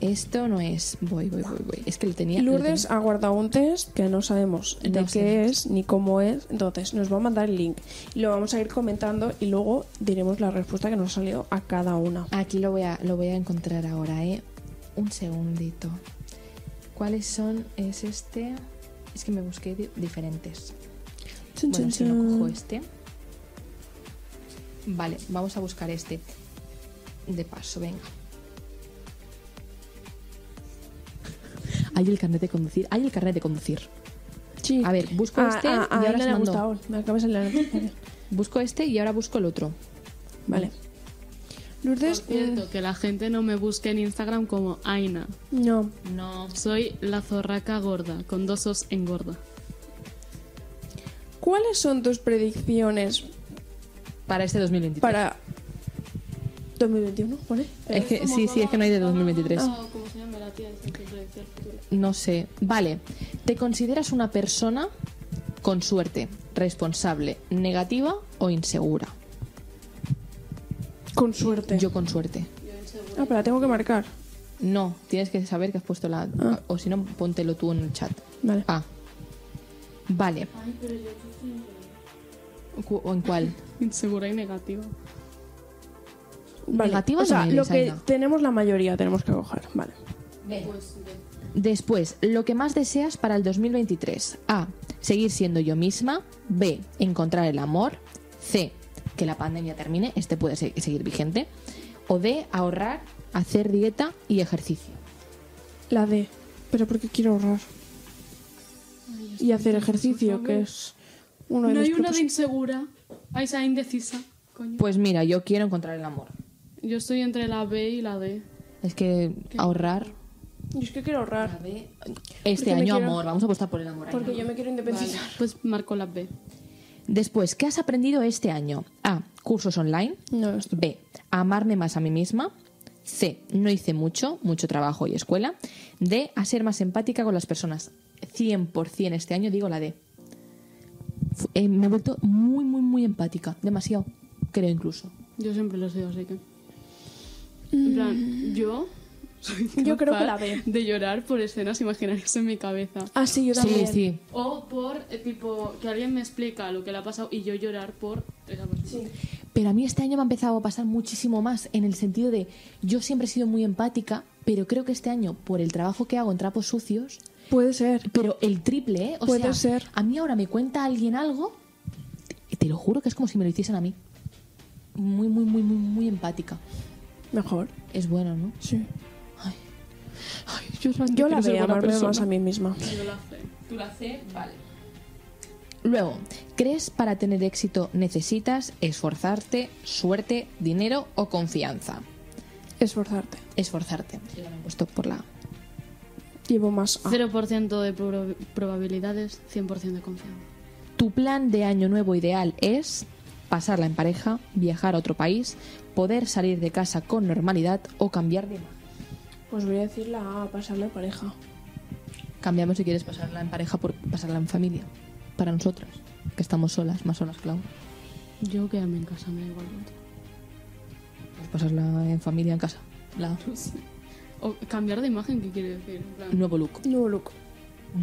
C: esto no es... Voy, voy, voy, voy. Es que lo tenía... lo
B: Lourdes ha guardado un test que no sabemos de
C: No
B: qué
C: sé.
B: es ni cómo es, entonces nos va a mandar el link y lo vamos a ir comentando y luego diremos la respuesta que nos ha salido a cada una.
C: tenía- Aquí lo voy, a, lo voy a encontrar ahora, ¿eh? Un segundito. ¿Cuáles son? Es este... Es que me busqué di- diferentes.
B: Chun,
C: Bueno,
B: chun,
C: si no cojo
B: chun.
C: este. Vale, vamos a buscar este. De paso, venga. Hay el carnet de conducir. Hay el carnet de conducir.
B: Sí.
C: A ver, busco
B: a,
C: este
B: a- a
C: y ahora
B: Aina
C: os
B: le ha
C: mando.
B: gustado. Me acabas de leer la notificación.
C: Busco este y ahora busco el otro.
B: Vale.
D: Por
B: Lourdes, eh,
D: cierto, que la gente no me busque en Instagram como Aina.
B: mm, no.
E: No.
D: Soy la zorraca gorda, con dos os en gorda.
B: ¿Cuáles son tus predicciones
C: Para este 2023.
B: para 2021? ¿Vale?
C: Es que, sí, sí, es que no hay de 2023.
D: ¿Cómo se llama la tía de proyecto futuro?
C: No sé. Vale. ¿Te consideras una persona con suerte, responsable, negativa o insegura?
B: Con suerte.
C: Yo con suerte.
B: Ah, pero la tengo que marcar.
C: No, tienes que saber que has puesto la...
B: Ah.
C: O si no, póntelo tú en el chat.
B: Vale.
C: Ah. Vale. Cu- ¿O en cuál?
D: Insegura y negativa.
B: vale.
C: negativa
B: O sea,
C: también
B: lo
C: es,
B: que
C: Aina.
B: tenemos la mayoría tenemos que coger. Vale.
C: Después, lo que más deseas para el 2023. A. Seguir siendo yo misma. B. Encontrar el amor. C. Que la pandemia termine. Este puede se- seguir vigente. O D. Ahorrar, hacer dieta y ejercicio.
B: La D. Pero porque quiero ahorrar. Y hacer ejercicio, que es uno de
D: No
B: mis
D: hay una de
B: propósitos.
D: insegura. Hay esa indecisa. Coño.
C: Pues mira, yo quiero encontrar el amor.
D: Yo estoy entre la B y la D.
C: Es que ahorrar.
B: Yo es que quiero ahorrar.
C: Este
B: Porque me
C: año
B: quiero-
C: amor, vamos a apostar por el amor.
B: Porque
C: Aina.
B: yo me quiero independizar.
D: Pues marco la B.
C: Después, ¿qué has aprendido este año? A. Cursos online.
B: No, esto.
C: B. Amarme más a mí misma. C. No hice mucho, mucho trabajo y escuela. D. A ser más empática con las personas. 100% este año digo la D. Fu- eh, me he vuelto muy, muy, muy empática. Demasiado, creo incluso.
D: Yo siempre lo he sido, así que. En plan, yo. soy
B: Mm. Yo creo que la
D: capaz
B: B.
D: De llorar por escenas imaginarias en mi cabeza.
B: Ah, sí, yo
C: Sí,
B: también.
C: sí.
D: O por, eh, tipo, que alguien me explica lo que le ha pasado y yo llorar por esa persona.
C: Pero a mí este año me ha empezado a pasar muchísimo más en el sentido de yo siempre he sido muy empática, pero creo que este año, por el trabajo que hago en trapos sucios,
B: Puede ser.
C: Pero el triple, ¿eh? O
B: Puede
C: sea,
B: ser.
C: a mí ahora me cuenta alguien algo y te lo juro que es como si me lo hiciesen a mí. Muy, muy, muy, muy, muy empática.
B: Mejor.
C: Es bueno, ¿no?
B: Sí.
C: Ay, yo
B: Yo la veo amarme más a mí misma.
D: Yo la C. Tú la C, vale.
C: Luego, ¿crees para tener éxito necesitas esforzarte, suerte, dinero o confianza?
B: Esforzarte.
C: Esforzarte. Yo también he puesto por la...
B: Llevo más A.
D: 0% de prob- probabilidades, 100% de confianza.
C: Tu plan de año nuevo ideal es pasarla en pareja, viajar a otro país, poder salir de casa con normalidad o cambiar de imagen.
B: Pues voy a decir la A, pasarle pareja.
C: Cambiamos si quieres pasarla en pareja por pasarla en familia. Para nosotras, que estamos solas, más solas, claro.
D: Yo quedarme en casa, me da igual.
C: Pues pasarla en familia en casa. La
D: O cambiar de imagen, ¿qué quiere decir? En plan,
C: nuevo look.
B: Nuevo look.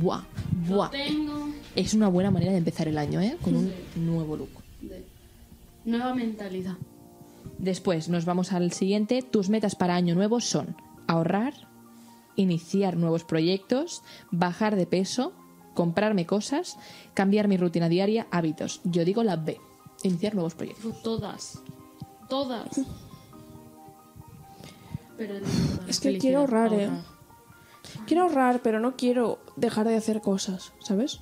C: Buah, buah.
D: lo tengo
C: Es una buena manera de empezar el año, ¿eh? Con un nuevo look.
D: de nueva mentalidad.
C: Después nos vamos al siguiente. Tus metas para año nuevo son ahorrar, iniciar nuevos proyectos, bajar de peso, comprarme cosas, cambiar mi rutina diaria, hábitos. Yo digo la B. Iniciar nuevos proyectos.
D: Digo, Todas. Todas. Pero de verdad,
B: Es que
D: felicidad,
B: quiero ahorrar, ¿eh?
D: ahorrar.
B: Quiero ahorrar, pero no quiero dejar de hacer cosas, ¿sabes?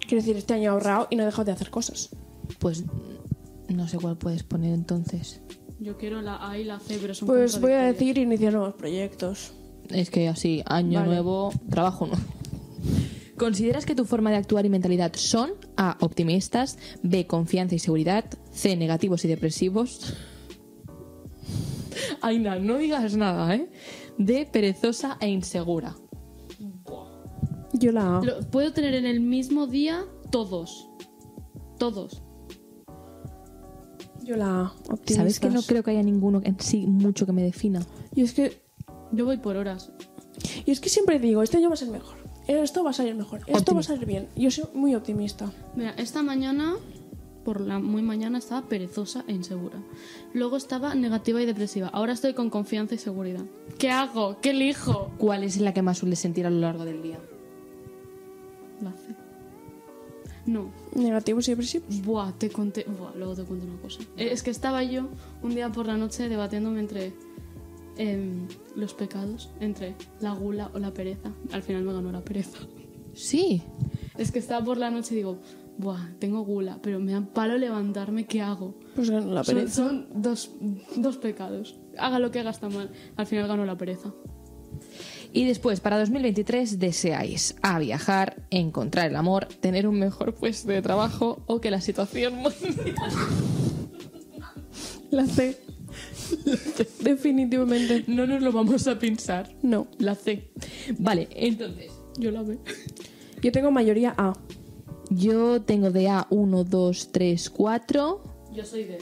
B: Quiero decir, este año he ahorrado y no he dejado de hacer cosas.
C: Pues no sé cuál puedes poner entonces.
D: Yo quiero la A y la C, pero son
B: Pues voy a
D: contradictorias.
B: decir iniciar nuevos proyectos.
C: Es que así, año
B: Vale.
C: nuevo, trabajo nuevo. ¿Consideras que tu forma de actuar y mentalidad son A. Optimistas, B. Confianza y seguridad, C. Negativos y depresivos? Aina, no digas nada, ¿eh? D. Perezosa e insegura.
B: Yo la A.
D: Lo- puedo tener en el mismo día todos. Todos.
B: Yo la A. Optimistas.
C: ¿Sabes que no creo que haya ninguno en sí mucho que me defina?
B: Y es que,
D: Yo voy por horas.
B: y es que siempre digo, este año va a ser mejor. Esto va a salir mejor. Esto va a
C: Optimista.
B: salir bien. Yo soy muy optimista.
D: Mira, esta mañana, por la muy mañana, estaba perezosa e insegura. Luego estaba negativa y depresiva. Ahora estoy con confianza y seguridad. ¿Qué hago? ¿Qué elijo?
C: ¿Cuál es la que más sueles sentir a lo largo del día?
D: La C. No.
B: Negativo siempre sí.
D: Buah, te conté. Buah, luego te cuento una cosa. Eh, Es que estaba yo un día por la noche debatiéndome entre em, los pecados, entre la gula o la pereza. Al final me ganó la pereza.
C: Sí.
D: Es que estaba por la noche y digo, buah, tengo gula, pero me da palo levantarme, ¿qué hago?
B: Pues ganó la
D: Son,
B: pereza.
D: son dos, dos pecados. Haga lo que haga está mal. Al final ganó la pereza.
C: Y después, para 2023, deseáis a viajar, encontrar el amor, tener un mejor puesto de trabajo o que la situación mundial...
B: La C. Definitivamente.
C: No nos lo vamos a pensar.
B: No.
C: La C. Vale, entonces,
D: Yo la veo.
B: Yo tengo mayoría A.
C: yo tengo de A 1, 2, 3, 4.
D: Yo soy de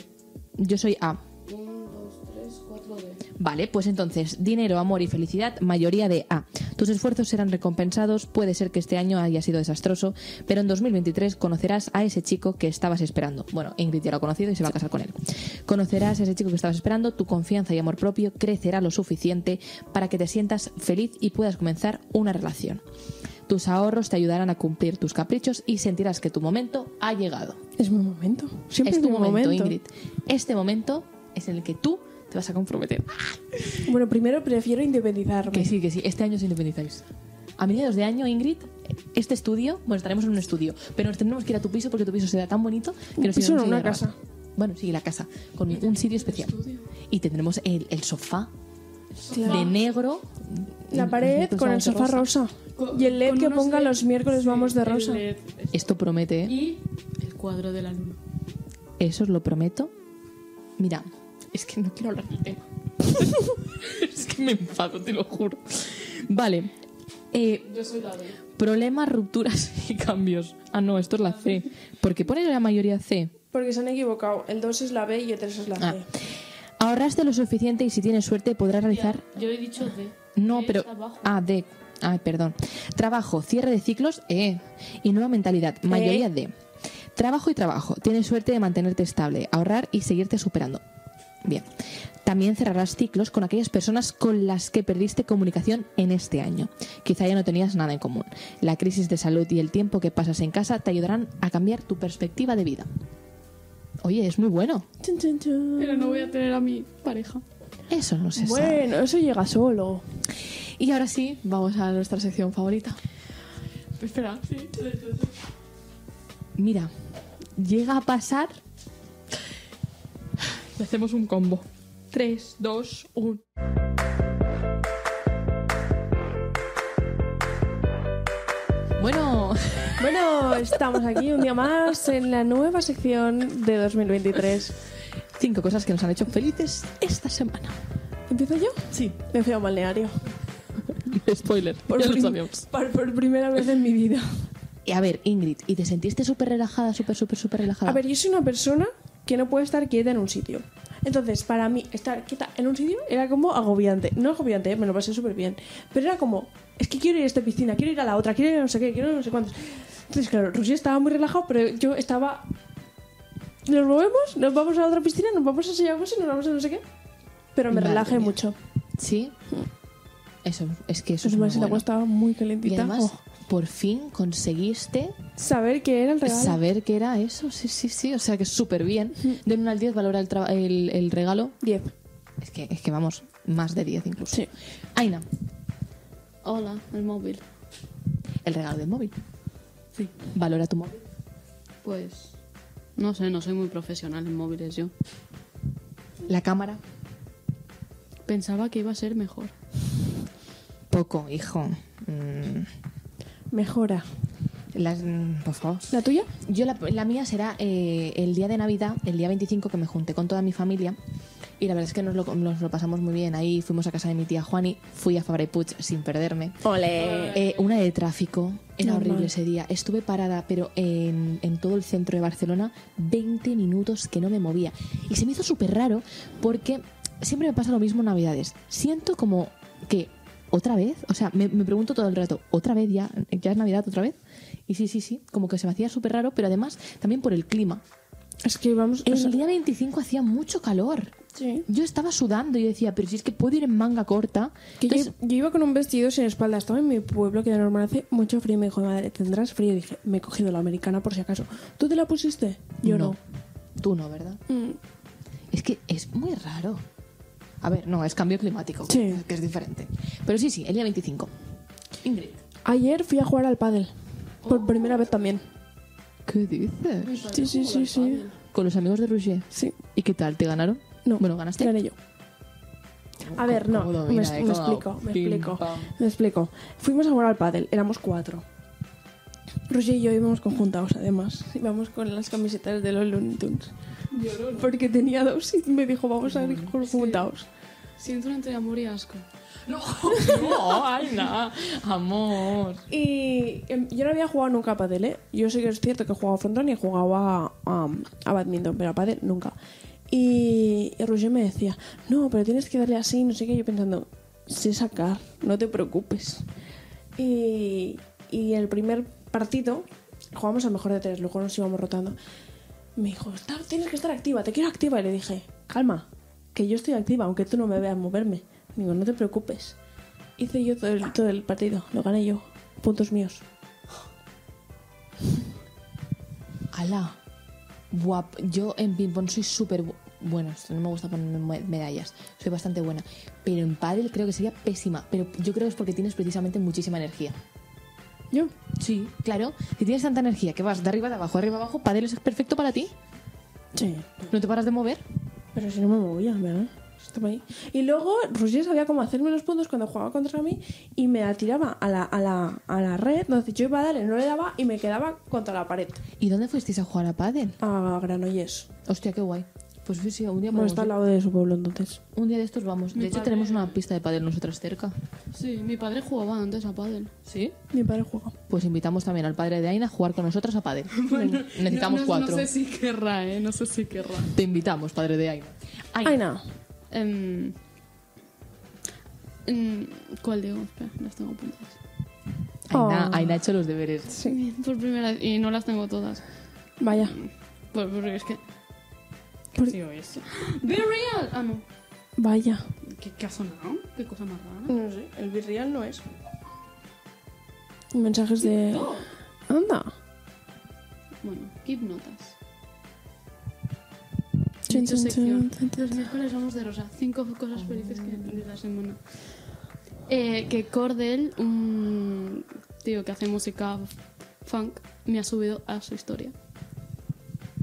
C: Yo soy A.
D: 1, 2, 3, 4 de.
C: Vale, pues entonces, dinero, amor y felicidad, mayoría de A. Tus esfuerzos serán recompensados, puede ser que este año haya sido desastroso, pero en 2023 conocerás a ese chico que estabas esperando. Bueno, Ingrid ya lo ha conocido y se va a casar con él. Conocerás a ese chico que estabas esperando, tu confianza y amor propio crecerá lo suficiente para que te sientas feliz y puedas comenzar una relación. Tus ahorros te ayudarán a cumplir tus caprichos y sentirás que tu momento ha llegado
B: Es mi momento. Siempre
C: es tu
B: mi
C: momento, Ingrid. Este momento es en el que tú te vas a comprometer.
B: Bueno, primero prefiero independizarme.
C: Que sí, que sí. Este año os independizáis. A mediados de año, Ingrid, este estudio, bueno, estaremos en un estudio, pero nos tendremos que ir a tu piso porque tu piso será tan bonito que
B: Un
C: nos
B: piso
C: iremos
B: no, una
C: a grabar.
B: casa.
C: Bueno, sí, la casa, con un sitio especial. Y tendremos el, el sofá
B: Claro.
C: de negro.
B: La pared
C: Nosotros
B: con el
C: vamos de
B: sofá
C: rosa.
B: rosa.
D: Con-
B: Y el LED
D: con
B: que
D: unos
B: ponga
D: LED.
B: los miércoles Pues vamos de
D: El
B: rosa.
D: LED.
C: Esto promete, ¿eh?
D: Y el cuadro de la luna.
C: Eso os lo prometo. Mira, es que no quiero hablar del tema. es que me enfado, te lo juro. Vale. Eh,
D: Yo soy la de.
C: problemas, rupturas y cambios. Ah, no, esto es la C. ¿Por qué pone la mayoría C?
B: Porque se han equivocado. El 2 es la B y el 3 es la C.
C: Ah. Ahorraste lo suficiente y si tienes suerte podrás realizar...
D: Yo he dicho de.
C: No,
D: Que
C: pero...
D: está abajo.
C: Ah, D. Ay, perdón. Trabajo, cierre de ciclos, E. Y nueva mentalidad, mayoría D. Trabajo y trabajo. Tienes suerte de mantenerte estable, ahorrar y seguirte superando. Bien. También cerrarás ciclos con aquellas personas con las que perdiste comunicación en este año. Quizá ya no tenías nada en común. La crisis de salud y el tiempo que pasas en casa te ayudarán a cambiar tu perspectiva de vida. Oye, es muy bueno.
B: Chun, chun, chun.
D: Pero no voy a tener a mi pareja.
C: Eso no se sabe.
B: Bueno, eso llega solo.
C: Y ahora sí, vamos a nuestra sección favorita.
D: Espera, sí.
C: Mira, llega a pasar.
F: Hacemos un combo. 3, 2, 1.
C: Bueno,
B: Bueno, estamos aquí un día más en la nueva sección de 2023.
C: cinco cosas que nos han hecho felices esta semana.
B: ¿Empiezo yo?
F: Sí,
B: Me fui a un balneario.
F: spoiler. ya lo
B: prim-
F: sabíamos.
B: por- por primera vez en mi vida.
C: Y a ver, Ingrid, ¿y te sentiste súper relajada, súper, súper, súper relajada?
B: A ver, yo soy una persona que no puede estar quieta en un sitio. Entonces, para mí, estar quieta en un sitio era como agobiante. No agobiante, eh, me lo pasé súper bien. Pero era como, es que quiero ir a esta piscina, quiero ir a la otra, quiero ir a no sé qué, quiero ir a no sé cuántos. Entonces, claro, Rusia estaba muy relajado, pero yo estaba. Nos movemos, nos vamos a la otra piscina, nos vamos a Sayagosa y nos vamos a no sé qué. Pero me
C: Madre
B: relajé
C: mía.
B: mucho.
C: Sí. Eso, es que eso es
B: Entonces,
C: muy
B: el agua
C: bueno.
B: estaba muy
C: Y
B: calentita.
C: además,
B: Oh.
C: por fin conseguiste
B: Saber que era el regalo.
C: saber qué era eso. Sí, sí, sí. O sea, que súper bien.
B: Mm.
C: De 1 al 10 valora el, traba- el, el regalo.
B: Diez.
C: Es que, es que vamos, más de 10 incluso.
B: Sí.
C: Aina,
D: Hola, el móvil.
C: el regalo del móvil.
D: Sí.
C: Valora tu móvil.
D: Pues. No sé, no soy muy profesional en móviles yo.
C: La cámara.
D: Pensaba que iba a ser mejor.
C: Poco, hijo. Mm,
B: Mejora.
C: las, mm, por favor.
B: ¿La tuya?
C: Yo la, la mía será eh, el día de Navidad, el día 25, que me junté con toda mi familia. Y la verdad es que nos lo, nos lo pasamos muy bien. Ahí fuimos a casa de mi tía Juani, fui a Fabra y Puig sin perderme.
B: Ole.
C: Eh, una de tráfico, era
B: Normal.
C: horrible ese día. Estuve parada, pero en, en todo el centro de Barcelona, 20 minutos que no me movía. Y se me hizo súper raro porque siempre me pasa lo mismo en Navidades. Siento como que otra vez, o sea, me, me pregunto todo el rato, ¿otra vez ya? ¿Ya es Navidad otra vez? Y sí, sí, sí, como que se me hacía súper raro, pero además también por el clima.
B: Es que vamos. o sea,
C: El día 25 hacía mucho calor.
B: Sí.
C: Yo estaba sudando y decía, pero si es que puedo ir en manga corta.
B: Que yo,
C: Entonces,
B: yo iba con un vestido sin espalda, estaba en mi pueblo que de normal hace mucho frío. y Me dijo, madre, tendrás frío. Y dije, me he cogido la americana por si acaso. ¿Tú te la pusiste? Yo no.
C: Tú no, ¿verdad?
B: Mm.
C: Es que es muy raro. A ver, no, es cambio climático,
B: Sí.
C: que es diferente. Pero sí, sí, el día 25. Ingrid.
B: Ayer fui a jugar al pádel. Por primera vez también.
C: ¿Qué dices?
B: Sí, sí, sí, sí.
C: Con los amigos de Rouget.
B: Sí.
C: ¿Y qué tal? ¿Te ganaron?
B: No.
C: Bueno, ganaste.
B: Gané yo. A ver, no.
C: cómo
B: me,
C: domina, eh,
B: me
C: cómo-
B: explico, me
C: pim,
B: explico.
C: pam.
B: Me explico. Fuimos a jugar al pádel, éramos cuatro. Roger y yo íbamos conjuntados, además. Íbamos con las camisetas de los Looney Tunes. Porque tenía dos y me dijo, vamos a ir conjuntados.
D: Siento entre amor y asco.
C: No, Aina, amor.
B: Y em, yo no había jugado nunca a pádel, ¿eh? Yo sé que es cierto que he jugado a frontón y he jugado a, a, a badminton, pero a pádel nunca. Y, y Roger me decía, no, pero tienes que darle así, no sé qué. Yo pensando, sé sacar, no te preocupes. Y, y el primer partido, jugamos al mejor de tres, luego nos íbamos rotando. Me dijo, "Está- tienes que estar activa, te quiero activa. Y le dije, calma, que yo estoy activa, aunque tú no me veas moverme. Digo, no te preocupes. Hice yo todo el, todo el partido, lo gané yo. Puntos míos.
C: Ala. Guap. Yo en ping-pong soy súper bu- bueno. esto No me gusta ponerme me- medallas. Soy bastante buena. Pero en pádel creo que sería pésima. Pero yo creo que es porque tienes precisamente muchísima energía.
B: ¿Yo?
C: Sí, claro. Si tienes tanta energía que vas de arriba de abajo, arriba de abajo, pádel es perfecto para ti.
B: Sí.
C: No te paras de mover.
B: Pero si no me movía, ¿verdad? Estaba ahí. Y luego Roger sabía cómo hacerme los puntos cuando jugaba contra mí y me la tiraba a la, a la, a la red donde yo iba a darle, no le daba y me quedaba contra la pared.
C: ¿Y dónde fuisteis a jugar a pádel?
B: A Granollers.
C: Hostia, qué guay. Pues sí, sí, un día
B: Bueno,
C: vamos.
B: está al lado de su pueblo entonces.
C: Un día de estos vamos. De hecho,
D: padre-
C: tenemos una pista de pádel nosotras cerca.
D: Sí, mi padre jugaba antes a pádel.
C: ¿Sí?
B: Mi padre juega.
C: Pues invitamos también al padre de Aina a jugar con nosotras a pádel. Necesitamos
D: no, no-
C: cuatro.
D: No sé si querrá, ¿eh? No sé si querrá.
C: Te invitamos, padre de Aina.
B: Aina.
D: Em, em, ¿Cuál digo? Espera, las tengo apuntadas.
C: Aina,
B: Oh.
C: Aina ha hecho los deberes.
B: Sí.
D: Por primera vez, y no las tengo todas.
B: Vaya.
D: Por- Porque es que...
B: Por-
D: ¿Qué ha sido eso? ¡Be real! Ah, no.
B: Vaya.
D: ¿Qué, qué ha sonado? ¿Qué cosa más rara?
B: No sé, el virreal no es. Mensajes de. Anda.
D: Bueno, keep notas.
B: Chun, chun,
D: sección.
B: chun, chun, chun.
D: Los miércoles vamos de rosa. Cinco cosas felices que de la semana. Eh, que Cordel, un tío que hace música funk, me ha subido a su historia.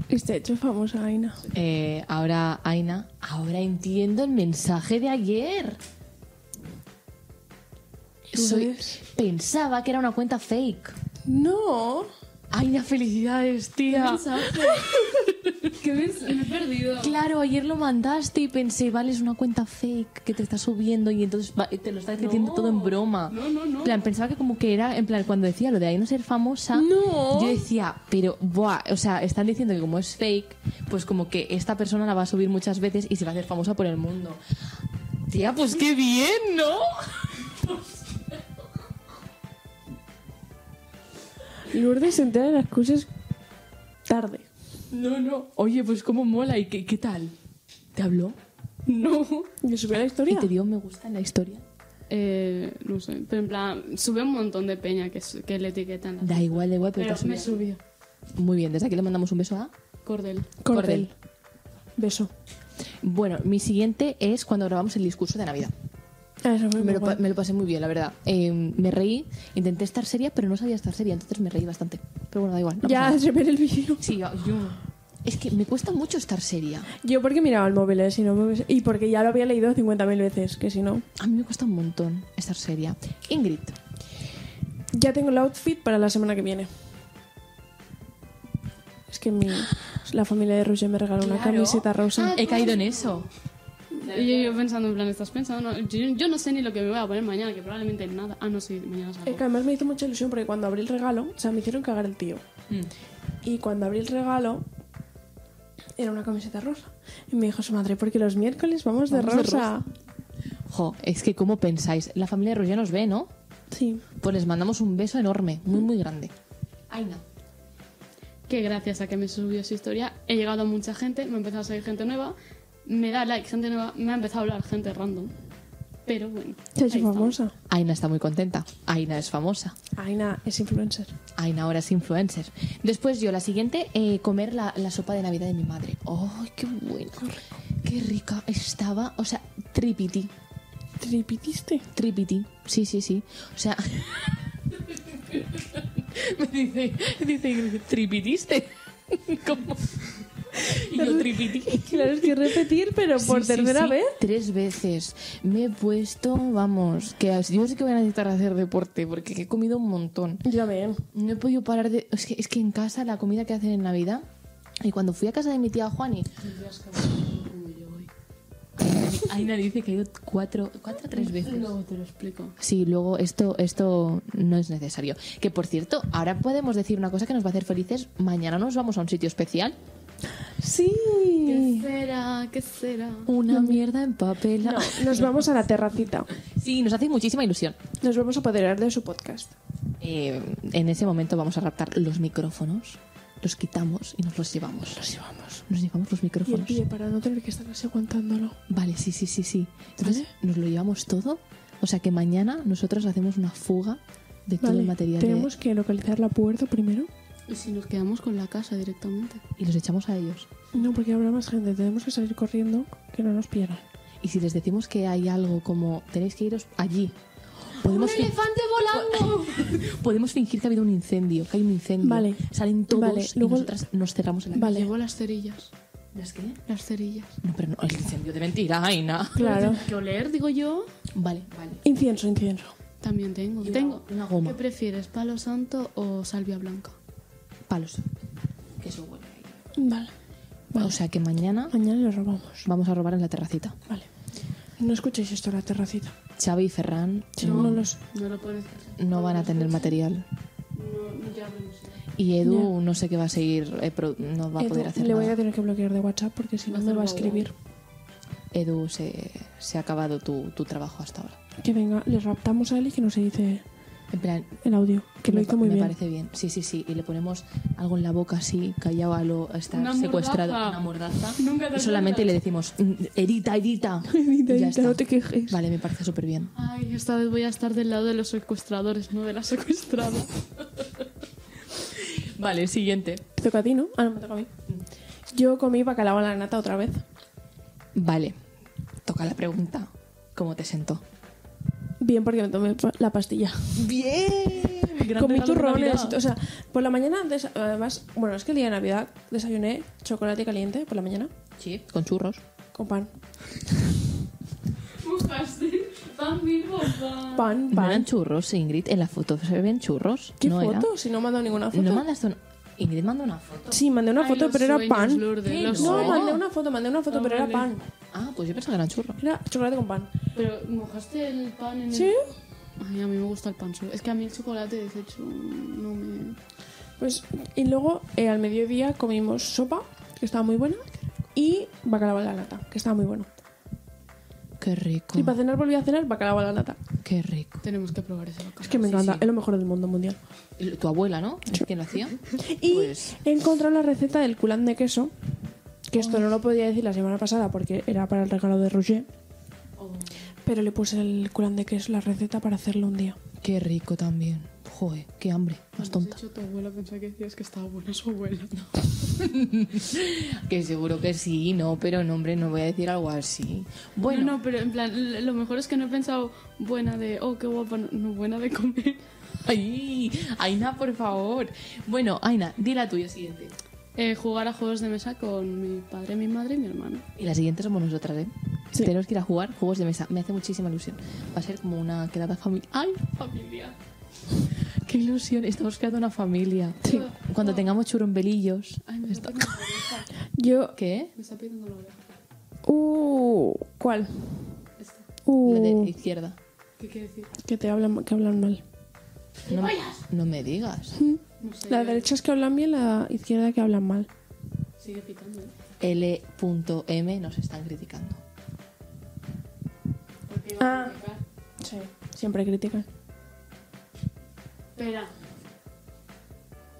B: Y se ha Este, hecho famosa Aina.
C: Eh, ahora, Aina, ahora entiendo el mensaje de ayer.
B: ¿Tú
C: Soy,
B: ves?
C: pensaba que era una cuenta fake.
B: No.
C: Aina, felicidades, tía.
D: ¿Qué ves? Me he perdido.
C: Claro, ayer lo mandaste y pensé, vale, es una cuenta fake que te está subiendo y entonces va- te lo está diciendo todo en broma.
D: No, no, no.
C: En plan, pensaba que como que era, en plan, cuando decía lo de ahí no ser famosa,
B: No.
C: yo decía, pero, buah, o sea, están diciendo que como es fake, pues como que esta persona la va a subir muchas veces y se va a hacer famosa por el mundo. Tía, pues qué bien, ¿no?
B: Lourdes se entera de las cosas tarde.
C: No, no. Oye, pues cómo mola y qué, qué tal. ¿Te habló?
D: No.
B: Yo subí la
C: ¿Y
B: historia.
C: te dio me gusta en la historia?
D: Eh, no sé. Pero en plan, sube un montón de peña que, su- que le etiquetan.
C: Da igual, da igual, pero,
D: Pero
C: te
D: me
C: has subido.
D: subió.
C: Muy bien, desde aquí le mandamos un beso a...
D: Cordel.
B: Cordel.
C: Cordel.
B: Beso.
C: Bueno, mi siguiente es cuando grabamos el discurso de Navidad.
B: Ah, eso fue
C: Me
B: muy
C: lo, pa-
B: guay.
C: me lo pasé muy bien, la verdad. Eh, me reí, intenté estar seria, pero no sabía estar seria, entonces me reí bastante. Pero bueno, da igual. no pasa
B: Ya
C: nada.
B: se ve el vídeo.
C: Sí, yo, yo- Es que me cuesta mucho estar seria.
B: Yo porque miraba el móvil, ¿eh? Si no me hubiese- Y porque ya lo había leído 50.000 veces, que si no...
C: A mí me cuesta un montón estar seria. Ingrid,
B: Ya tengo el outfit para la semana que viene. Es que mi... la familia de Roger me regaló una
C: Claro.
B: camiseta rosa.
C: he caído en eso.
D: Y yo, yo pensando, en plan, ¿estás pensando? No, yo, yo no sé ni lo que me voy a poner mañana, que probablemente nada. Ah, no, sí, mañana
B: Es
D: salgo.
B: que además me hizo mucha ilusión porque cuando abrí el regalo, o sea, me hicieron cagar el tío.
C: Mm.
B: Y cuando abrí el regalo, era una camiseta rosa. Y me dijo su madre, porque los miércoles vamos, de,
C: Vamos de
B: rosa.
C: Jo, es que ¿cómo pensáis? La familia de Roger nos ve, ¿no?
B: Sí.
C: Pues les mandamos un beso enorme, muy, muy grande. Aina.
D: que gracias a que me subió su historia he llegado a mucha gente, me ha empezado a seguir gente nueva, me da like gente nueva, me ha empezado a hablar gente random. Pero bueno,
B: Se ha
D: ahí
B: hecho
D: estamos.
B: famosa.
C: Aina está muy contenta. Aina es famosa.
B: Aina es influencer.
C: Aina ahora es influencer. Después yo, la siguiente, eh, comer la, la sopa de Navidad de mi madre. ¡Ay, qué buena! ¡Qué rica! Estaba, o sea, tripiti.
B: ¿Tripitiste?
C: Tripiti. Sí, sí, sí. O sea, Me dice, dice, tripitiste. ¿Cómo? Y yo tripití.
B: Claro, es que repetir, pero por
C: Sí, sí,
B: tercera
C: sí,
B: vez.
C: Tres veces. Me he puesto, vamos, que as- yo sé que voy a necesitar hacer deporte porque he comido un montón.
B: Yo también.
C: No he podido parar de... Es que, es que en casa la comida que hacen en Navidad... Y cuando fui a casa de mi tía Juani... Aina dice que ha ido cuatro, cuatro o tres veces.
D: Luego te lo explico.
C: Sí, luego esto, esto no es necesario. Que por cierto, ahora podemos decir una cosa que nos va a hacer felices. Mañana nos vamos a un sitio especial.
B: Sí.
D: ¿Qué será? ¿Qué será?
C: Una mierda en papel.
B: No, nos vamos a la terracita.
C: Sí, nos hace muchísima ilusión.
B: Nos vamos a apoderar de su podcast.
C: Eh, en ese momento vamos a raptar los micrófonos, los quitamos y nos los llevamos. Los llevamos. Nos llevamos
B: Y
C: los
B: el
C: micrófonos.
B: pie para no tener que estar así aguantándolo.
C: Vale, sí, sí, sí, sí. Entonces nos lo llevamos todo. O sea que mañana nosotros hacemos una fuga de todo el
B: Vale,
C: material de-
B: tenemos que localizar la puerta primero.
D: ¿Y si nos quedamos con la casa directamente?
C: y los echamos a ellos.
B: No, porque habrá más gente. Tenemos que salir corriendo, que no nos pierdan.
C: Y si les decimos que hay algo como tenéis que iros allí, podemos, fi-
D: elefante volando!
C: podemos fingir que ha habido un incendio, que hay un incendio.
B: Vale.
C: Salen todos
B: Vale,
C: y
B: luego-
C: nosotras nos cerramos en la
B: Vale.
D: Llevo las cerillas.
C: casa. ¿Las qué?
D: Las cerillas.
C: No, pero no, el incendio de mentira, Aina.
B: Claro.
D: ¿Qué oler, digo yo?
C: Vale, vale.
B: Incienso, incienso.
D: También tengo. tengo.
C: una goma.
D: ¿Qué prefieres, palo santo o salvia blanca?
C: Palos. Que eso huele.
B: Vale.
C: O sea que mañana
B: Mañana lo robamos.
C: vamos a robar en la terracita.
B: Vale. No escuchéis esto en la terracita.
C: Xavi y Ferran
B: No, no los...
D: No lo pones.
C: no van a tener material.
D: No, ya hablamos.
C: Y Edu no sé qué va a seguir, eh, pro- no va a
B: Edu,
C: poder hacer
B: le voy
C: nada.
B: a tener que bloquear de WhatsApp porque si
D: Va
B: no
D: a
B: me
D: hacer
B: va a
D: guau,
B: escribir.
C: Edu, se, se ha acabado tu, tu trabajo hasta ahora.
B: Que venga, le raptamos a él y que no se dice
C: En plan,
B: el audio. Que lo
C: me,
B: hizo
C: pa-
B: muy
C: me
B: bien.
C: parece bien. Sí, sí, sí. Y le ponemos algo en la boca así, callado a lo a estar
D: Una
C: secuestrado.
D: mordaza.
C: Una mordaza.
D: Nunca te
C: y solamente
D: cuentas.
C: le decimos, "Mm, herita, herita.
B: Edita,
C: Y ya
B: edita,
C: está.
B: no te quejes.
C: Vale, me parece súper bien.
D: Ay, esta vez voy a estar del lado de los secuestradores, no de la secuestrada.
C: Vale, siguiente.
B: Te toca a ti, ¿no? Ah, no, me toca a mí.
C: Mm.
B: Yo comí bacalao a la nata otra vez.
C: Vale. Toca la pregunta. ¿Cómo te sentó?
B: Bien, porque me tomé pa- la pastilla.
C: Bien.
B: comí turrones. O sea, por la mañana, desa- además, bueno, es que el día de Navidad desayuné chocolate caliente por la mañana
C: Sí, con churros.
B: con pan.
D: Un pastel, pan Bilbo, pan.
B: Pan,
C: No eran
B: pan.
C: churros, Ingrid. En la foto se ven churros.
B: ¿Qué
C: no
B: foto?
C: era.
B: Si no he mandado ninguna foto.
C: No mandaste una... Ingrid mandó una foto.
B: Sí, mandé una
D: Ay,
B: foto,
D: los
B: pero era
D: sueños,
B: pan.
D: Lourdes,
C: ¿Qué?
D: los
B: No,
C: sueños.
B: mandé una foto, mandé una foto,
D: Ah,
B: pero
D: vale.
B: era pan.
C: Ah, pues yo pensaba que eran churros.
B: Era chocolate con pan.
D: Pero mojaste el pan en el-
B: ¿Sí?
D: Ay, a mí me gusta el pan solo. Es que a mí el chocolate deshecho no me...
B: Pues, y luego eh, al mediodía comimos sopa, que estaba muy buena, y bacalao a la nata, que estaba muy bueno.
C: Qué rico.
B: Y para cenar volví a cenar bacalao a la nata.
C: Qué rico.
D: Tenemos que probar ese bacalao.
B: Es que me encanta, es lo mejor del mundo mundial.
C: Y Tu abuela, ¿no? ¿Es quien lo hacía?
B: Y
C: Pues-
B: he encontrado la receta del culán de queso, que esto no lo podía decir la semana pasada porque era para el regalo de Roger,
D: Oh.
B: pero le puse el culán de queso, la receta para hacerlo un día.
C: Qué rico también. Joder, qué hambre. Más
D: Cuando has
C: tonta.
D: dicho tu abuela, pensaba que decías que estaba buena su abuela.
C: Que seguro que sí, no, pero no, hombre, no voy a decir algo así. Bueno,
D: No, no, pero en plan, l- lo mejor es que no he pensado buena de, oh, qué guapa, no, no, buena de comer.
C: Ay, Aina, por favor. Bueno, Aina, di la tuya siguiente.
D: Eh, jugar a juegos de mesa con mi padre, mi madre y mi hermano.
C: Y la siguiente somos nosotras, ¿eh?
B: Sí.
C: Tenemos que ir a jugar juegos de mesa. Me hace muchísima ilusión. Va a ser como una quedada familiar. ¡Ay, familia! ¡Qué ilusión! Estamos creando una familia. Cuando tengamos churrumbelillos.
D: Ay, me está, pidiendo la oreja.
B: Yo...
C: ¿Qué?
D: Me está pidiendo la oreja.
B: Uh, ¿Cuál?
D: Esta.
B: Uh,
C: La de izquierda.
D: ¿Qué quiere decir?
B: que te hablan, que hablan mal.
C: No, no me digas.
D: No sé.
B: La derecha es que hablan bien, la izquierda que hablan mal.
D: Sigue picando. ¿eh?
C: L.M. nos están criticando.
D: Porque iba a
B: Ah.
D: picar.
B: Sí. Siempre critican.
D: Espera.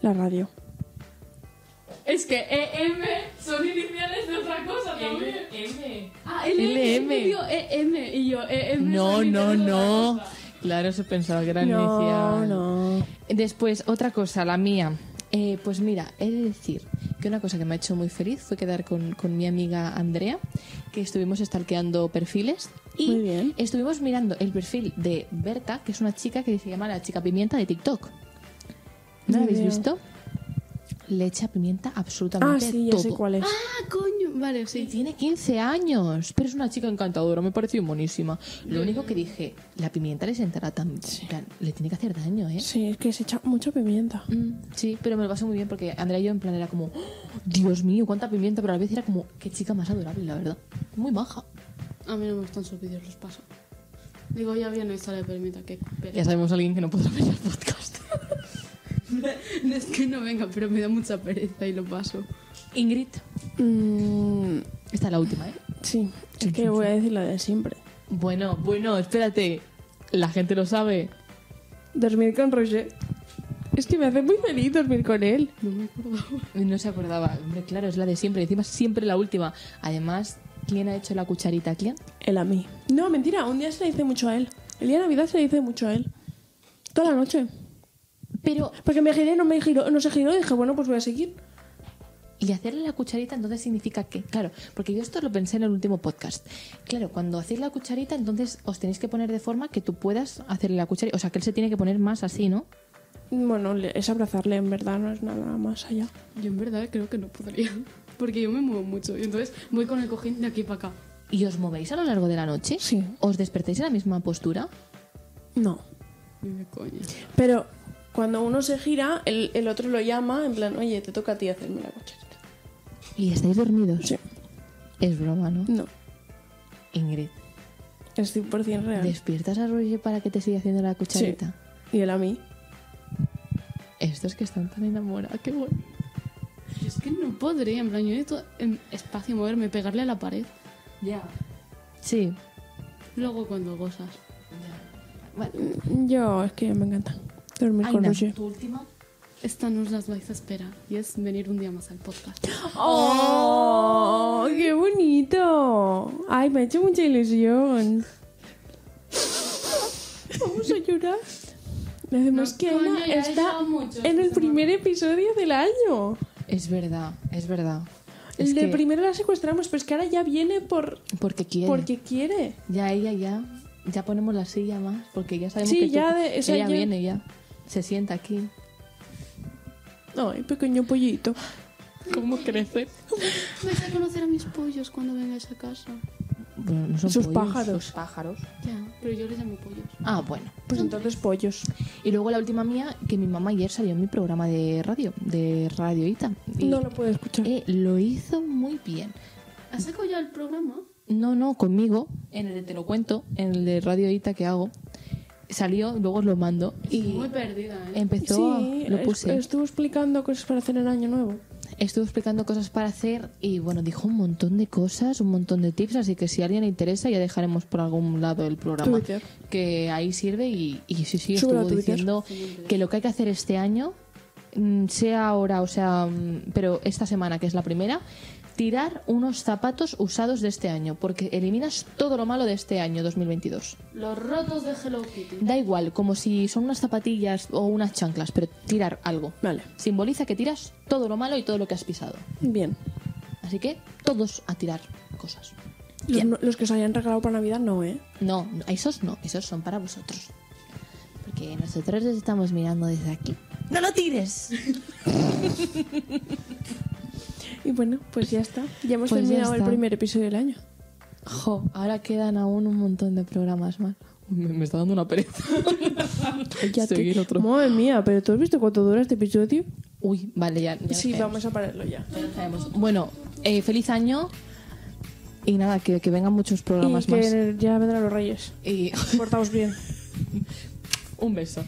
B: La radio.
D: Es que EM son iniciales de otra cosa también. M. Ah, LM.
C: LM.
D: Me dio EM y yo EM.
C: No,
D: son
C: no,
D: iniciales de otra
C: no.
D: cosa.
C: Claro, se pensaba que era
B: No,
C: inicial.
B: no.
C: Después, otra cosa, la mía. Eh, pues mira, he de decir que una cosa que me ha hecho muy feliz fue quedar con, con mi amiga Andrea, que estuvimos stalkeando perfiles y
B: Muy bien.
C: estuvimos mirando el perfil de Berta, que es una chica que se llama la chica pimienta de TikTok. ¿No lo habéis
B: idea.
C: visto? Le echa pimienta
B: Ah,
C: absolutamente
B: sí, ya
C: todo.
B: sé cuál es.
D: Ah, coño. Vale,
C: Y
D: sí.
C: Tiene 15 años, pero es una chica encantadora, me pareció monísima. Lo único que dije, la pimienta le sentará tan... en plan, Le tiene que hacer daño, ¿eh?
B: Sí, es que se echa mucha pimienta.
C: Mm, sí, pero me lo pasé muy bien porque Andrea y yo en plan era como, "Oh, Dios mío, cuánta pimienta, pero a la vez era como, qué chica más adorable, la verdad. Muy maja.
D: A mí no me gustan sus vídeos, los paso. Digo, ya viene esta de permita que...
C: Ya sabemos a alguien que no podrá ver el podcast.
D: No es que no venga, pero me da mucha pereza y lo paso.
C: Ingrid.
B: Mm,
C: Esta es la última, ¿eh?
B: sí, es que voy a decir la de siempre.
C: Bueno, bueno, espérate. La gente lo sabe.
B: Dormir con Roger. Es que me hace muy feliz dormir con él.
D: No me acuerdo.
C: No se acordaba. Hombre, claro, es la de siempre. Encima es siempre la última. Además, ¿quién ha hecho la cucharita? ¿Quién?
B: Él a mí. No, mentira, un día se le dice mucho a él. El día de Navidad se le dice mucho a él. Toda la noche.
C: Pero,
B: Porque me giré, no me giró, no se giró y dije, bueno, pues voy a seguir.
C: ¿y hacerle la cucharita entonces significa qué? Claro, porque yo esto lo pensé en el último podcast. Claro, cuando hacéis la cucharita, entonces os tenéis que poner de forma que tú puedas hacerle la cucharita. O sea, que él se tiene que poner más así, ¿no?
B: Bueno, le- es abrazarle, en verdad, no es nada más allá.
D: Yo en verdad creo que no podría. Porque yo me muevo mucho. Y entonces voy con el cojín de aquí para acá.
C: ¿Y os movéis a lo largo de la noche?
B: Sí.
C: ¿Os despertáis en la misma postura?
B: No.
D: Ni de coña.
B: Pero cuando uno se gira, el, el otro lo llama, en plan, oye, te toca a ti hacerme la cucharita.
C: ¿Y estáis dormidos?
B: Sí.
C: Es broma, ¿no?
B: No,
C: Ingrid,
B: es 100% real.
C: ¿despiertas a Roger para que te siga haciendo la cucharita?
B: Sí. Y él a mí.
C: Estos que están tan enamorados, qué bueno.
D: Yo es que no podría. En plan, yo necesito em, espacio moverme, pegarle a la pared.
C: Ya. Sí.
D: Luego cuando gozas.
B: Yo, es que me encanta dormir con
C: Aina,
B: Roger.
C: ¿tu última?
D: Esta no os las vais a esperar. Y es venir un día más al podcast.
B: ¡Oh! ¡Qué bonito! Ay, me ha hecho mucha ilusión. Vamos a llorar. Además
D: No,
B: que
D: coño,
B: Ana
D: ya he
B: está
D: llorado mucho
B: en
D: esta
B: el primer episodio del año.
C: Es verdad, es verdad. Es
B: El del
C: que-
B: primero la secuestramos, pero es que ahora ya viene por
C: Porque quiere.
B: porque quiere.
C: Ya ella ya. Ya ponemos la silla más, porque ya sabemos
B: Sí,
C: que tú-
B: ya de- o sea,
C: ella
B: ya-
C: viene ya. Se sienta aquí.
B: Ay, pequeño pollito.
C: ¿Cómo crece?
D: Vais a conocer a mis pollos cuando vengáis a casa.
C: Bueno, no son
B: Sus
C: pollos,
B: pájaros.
C: sus pájaros.
D: Ya, pero yo les llamo pollos.
C: Ah, bueno.
B: Pues entonces pollos.
C: Y luego la última mía, que mi mamá ayer salió en mi programa de radio, de Radio Ita. Y,
B: No lo puedo escuchar.
C: eh, lo hizo muy bien.
D: ¿Has sacado ya el programa?
C: No, no, conmigo, en el de Te lo cuento, en el de Radio Ita que hago. Salió, luego os lo mando. Y
D: Muy perdida, ¿eh?
C: empezó,
B: Sí,
C: a- lo
B: es-
C: puse.
B: estuvo explicando cosas para hacer en año nuevo.
C: Estuvo explicando cosas para hacer y bueno, dijo un montón de cosas, un montón de tips, así que si a alguien le interesa ya dejaremos por algún lado el programa.
B: Twitter.
C: Que ahí sirve y, y sí, sí,
B: Súbelo a
C: estuvo
B: Twitter.
C: diciendo que lo que hay que hacer este año, mm, sea ahora, o sea, mm, pero esta semana que es la primera, tirar unos zapatos usados de este año, porque eliminas todo lo malo de este año 2022.
D: Los rotos de Hello Kitty.
C: Da igual, como si son unas zapatillas o unas chanclas, pero tirar algo.
B: Vale.
C: Simboliza que tiras todo lo malo y todo lo que has pisado.
B: Bien.
C: Así que todos a tirar cosas.
B: Los, no- los que os hayan regalado para Navidad, no, ¿eh?
C: No, no, esos no, esos son para vosotros. Porque nosotros les estamos mirando desde aquí. ¡No lo tires!
B: Y bueno, pues ya está. Ya hemos
C: Pues ya
B: terminado el
C: está.
B: primer episodio del año.
C: Jo, ahora quedan aún un montón de programas más. Me, me está dando una pereza.
B: Pues Ya te-
C: Seguir otro.
B: Madre mía, pero ¿tú has visto cuánto dura este episodio?
C: Uy, vale, ya. ya
B: Sí,
C: nos caemos,
B: vamos a pararlo ya.
C: ya nos caemos. Bueno, eh, feliz año. Y nada, que, que vengan muchos
B: Y
C: programas más.
B: que ya vendrán los reyes.
C: Y
B: Portaos bien.
C: un beso.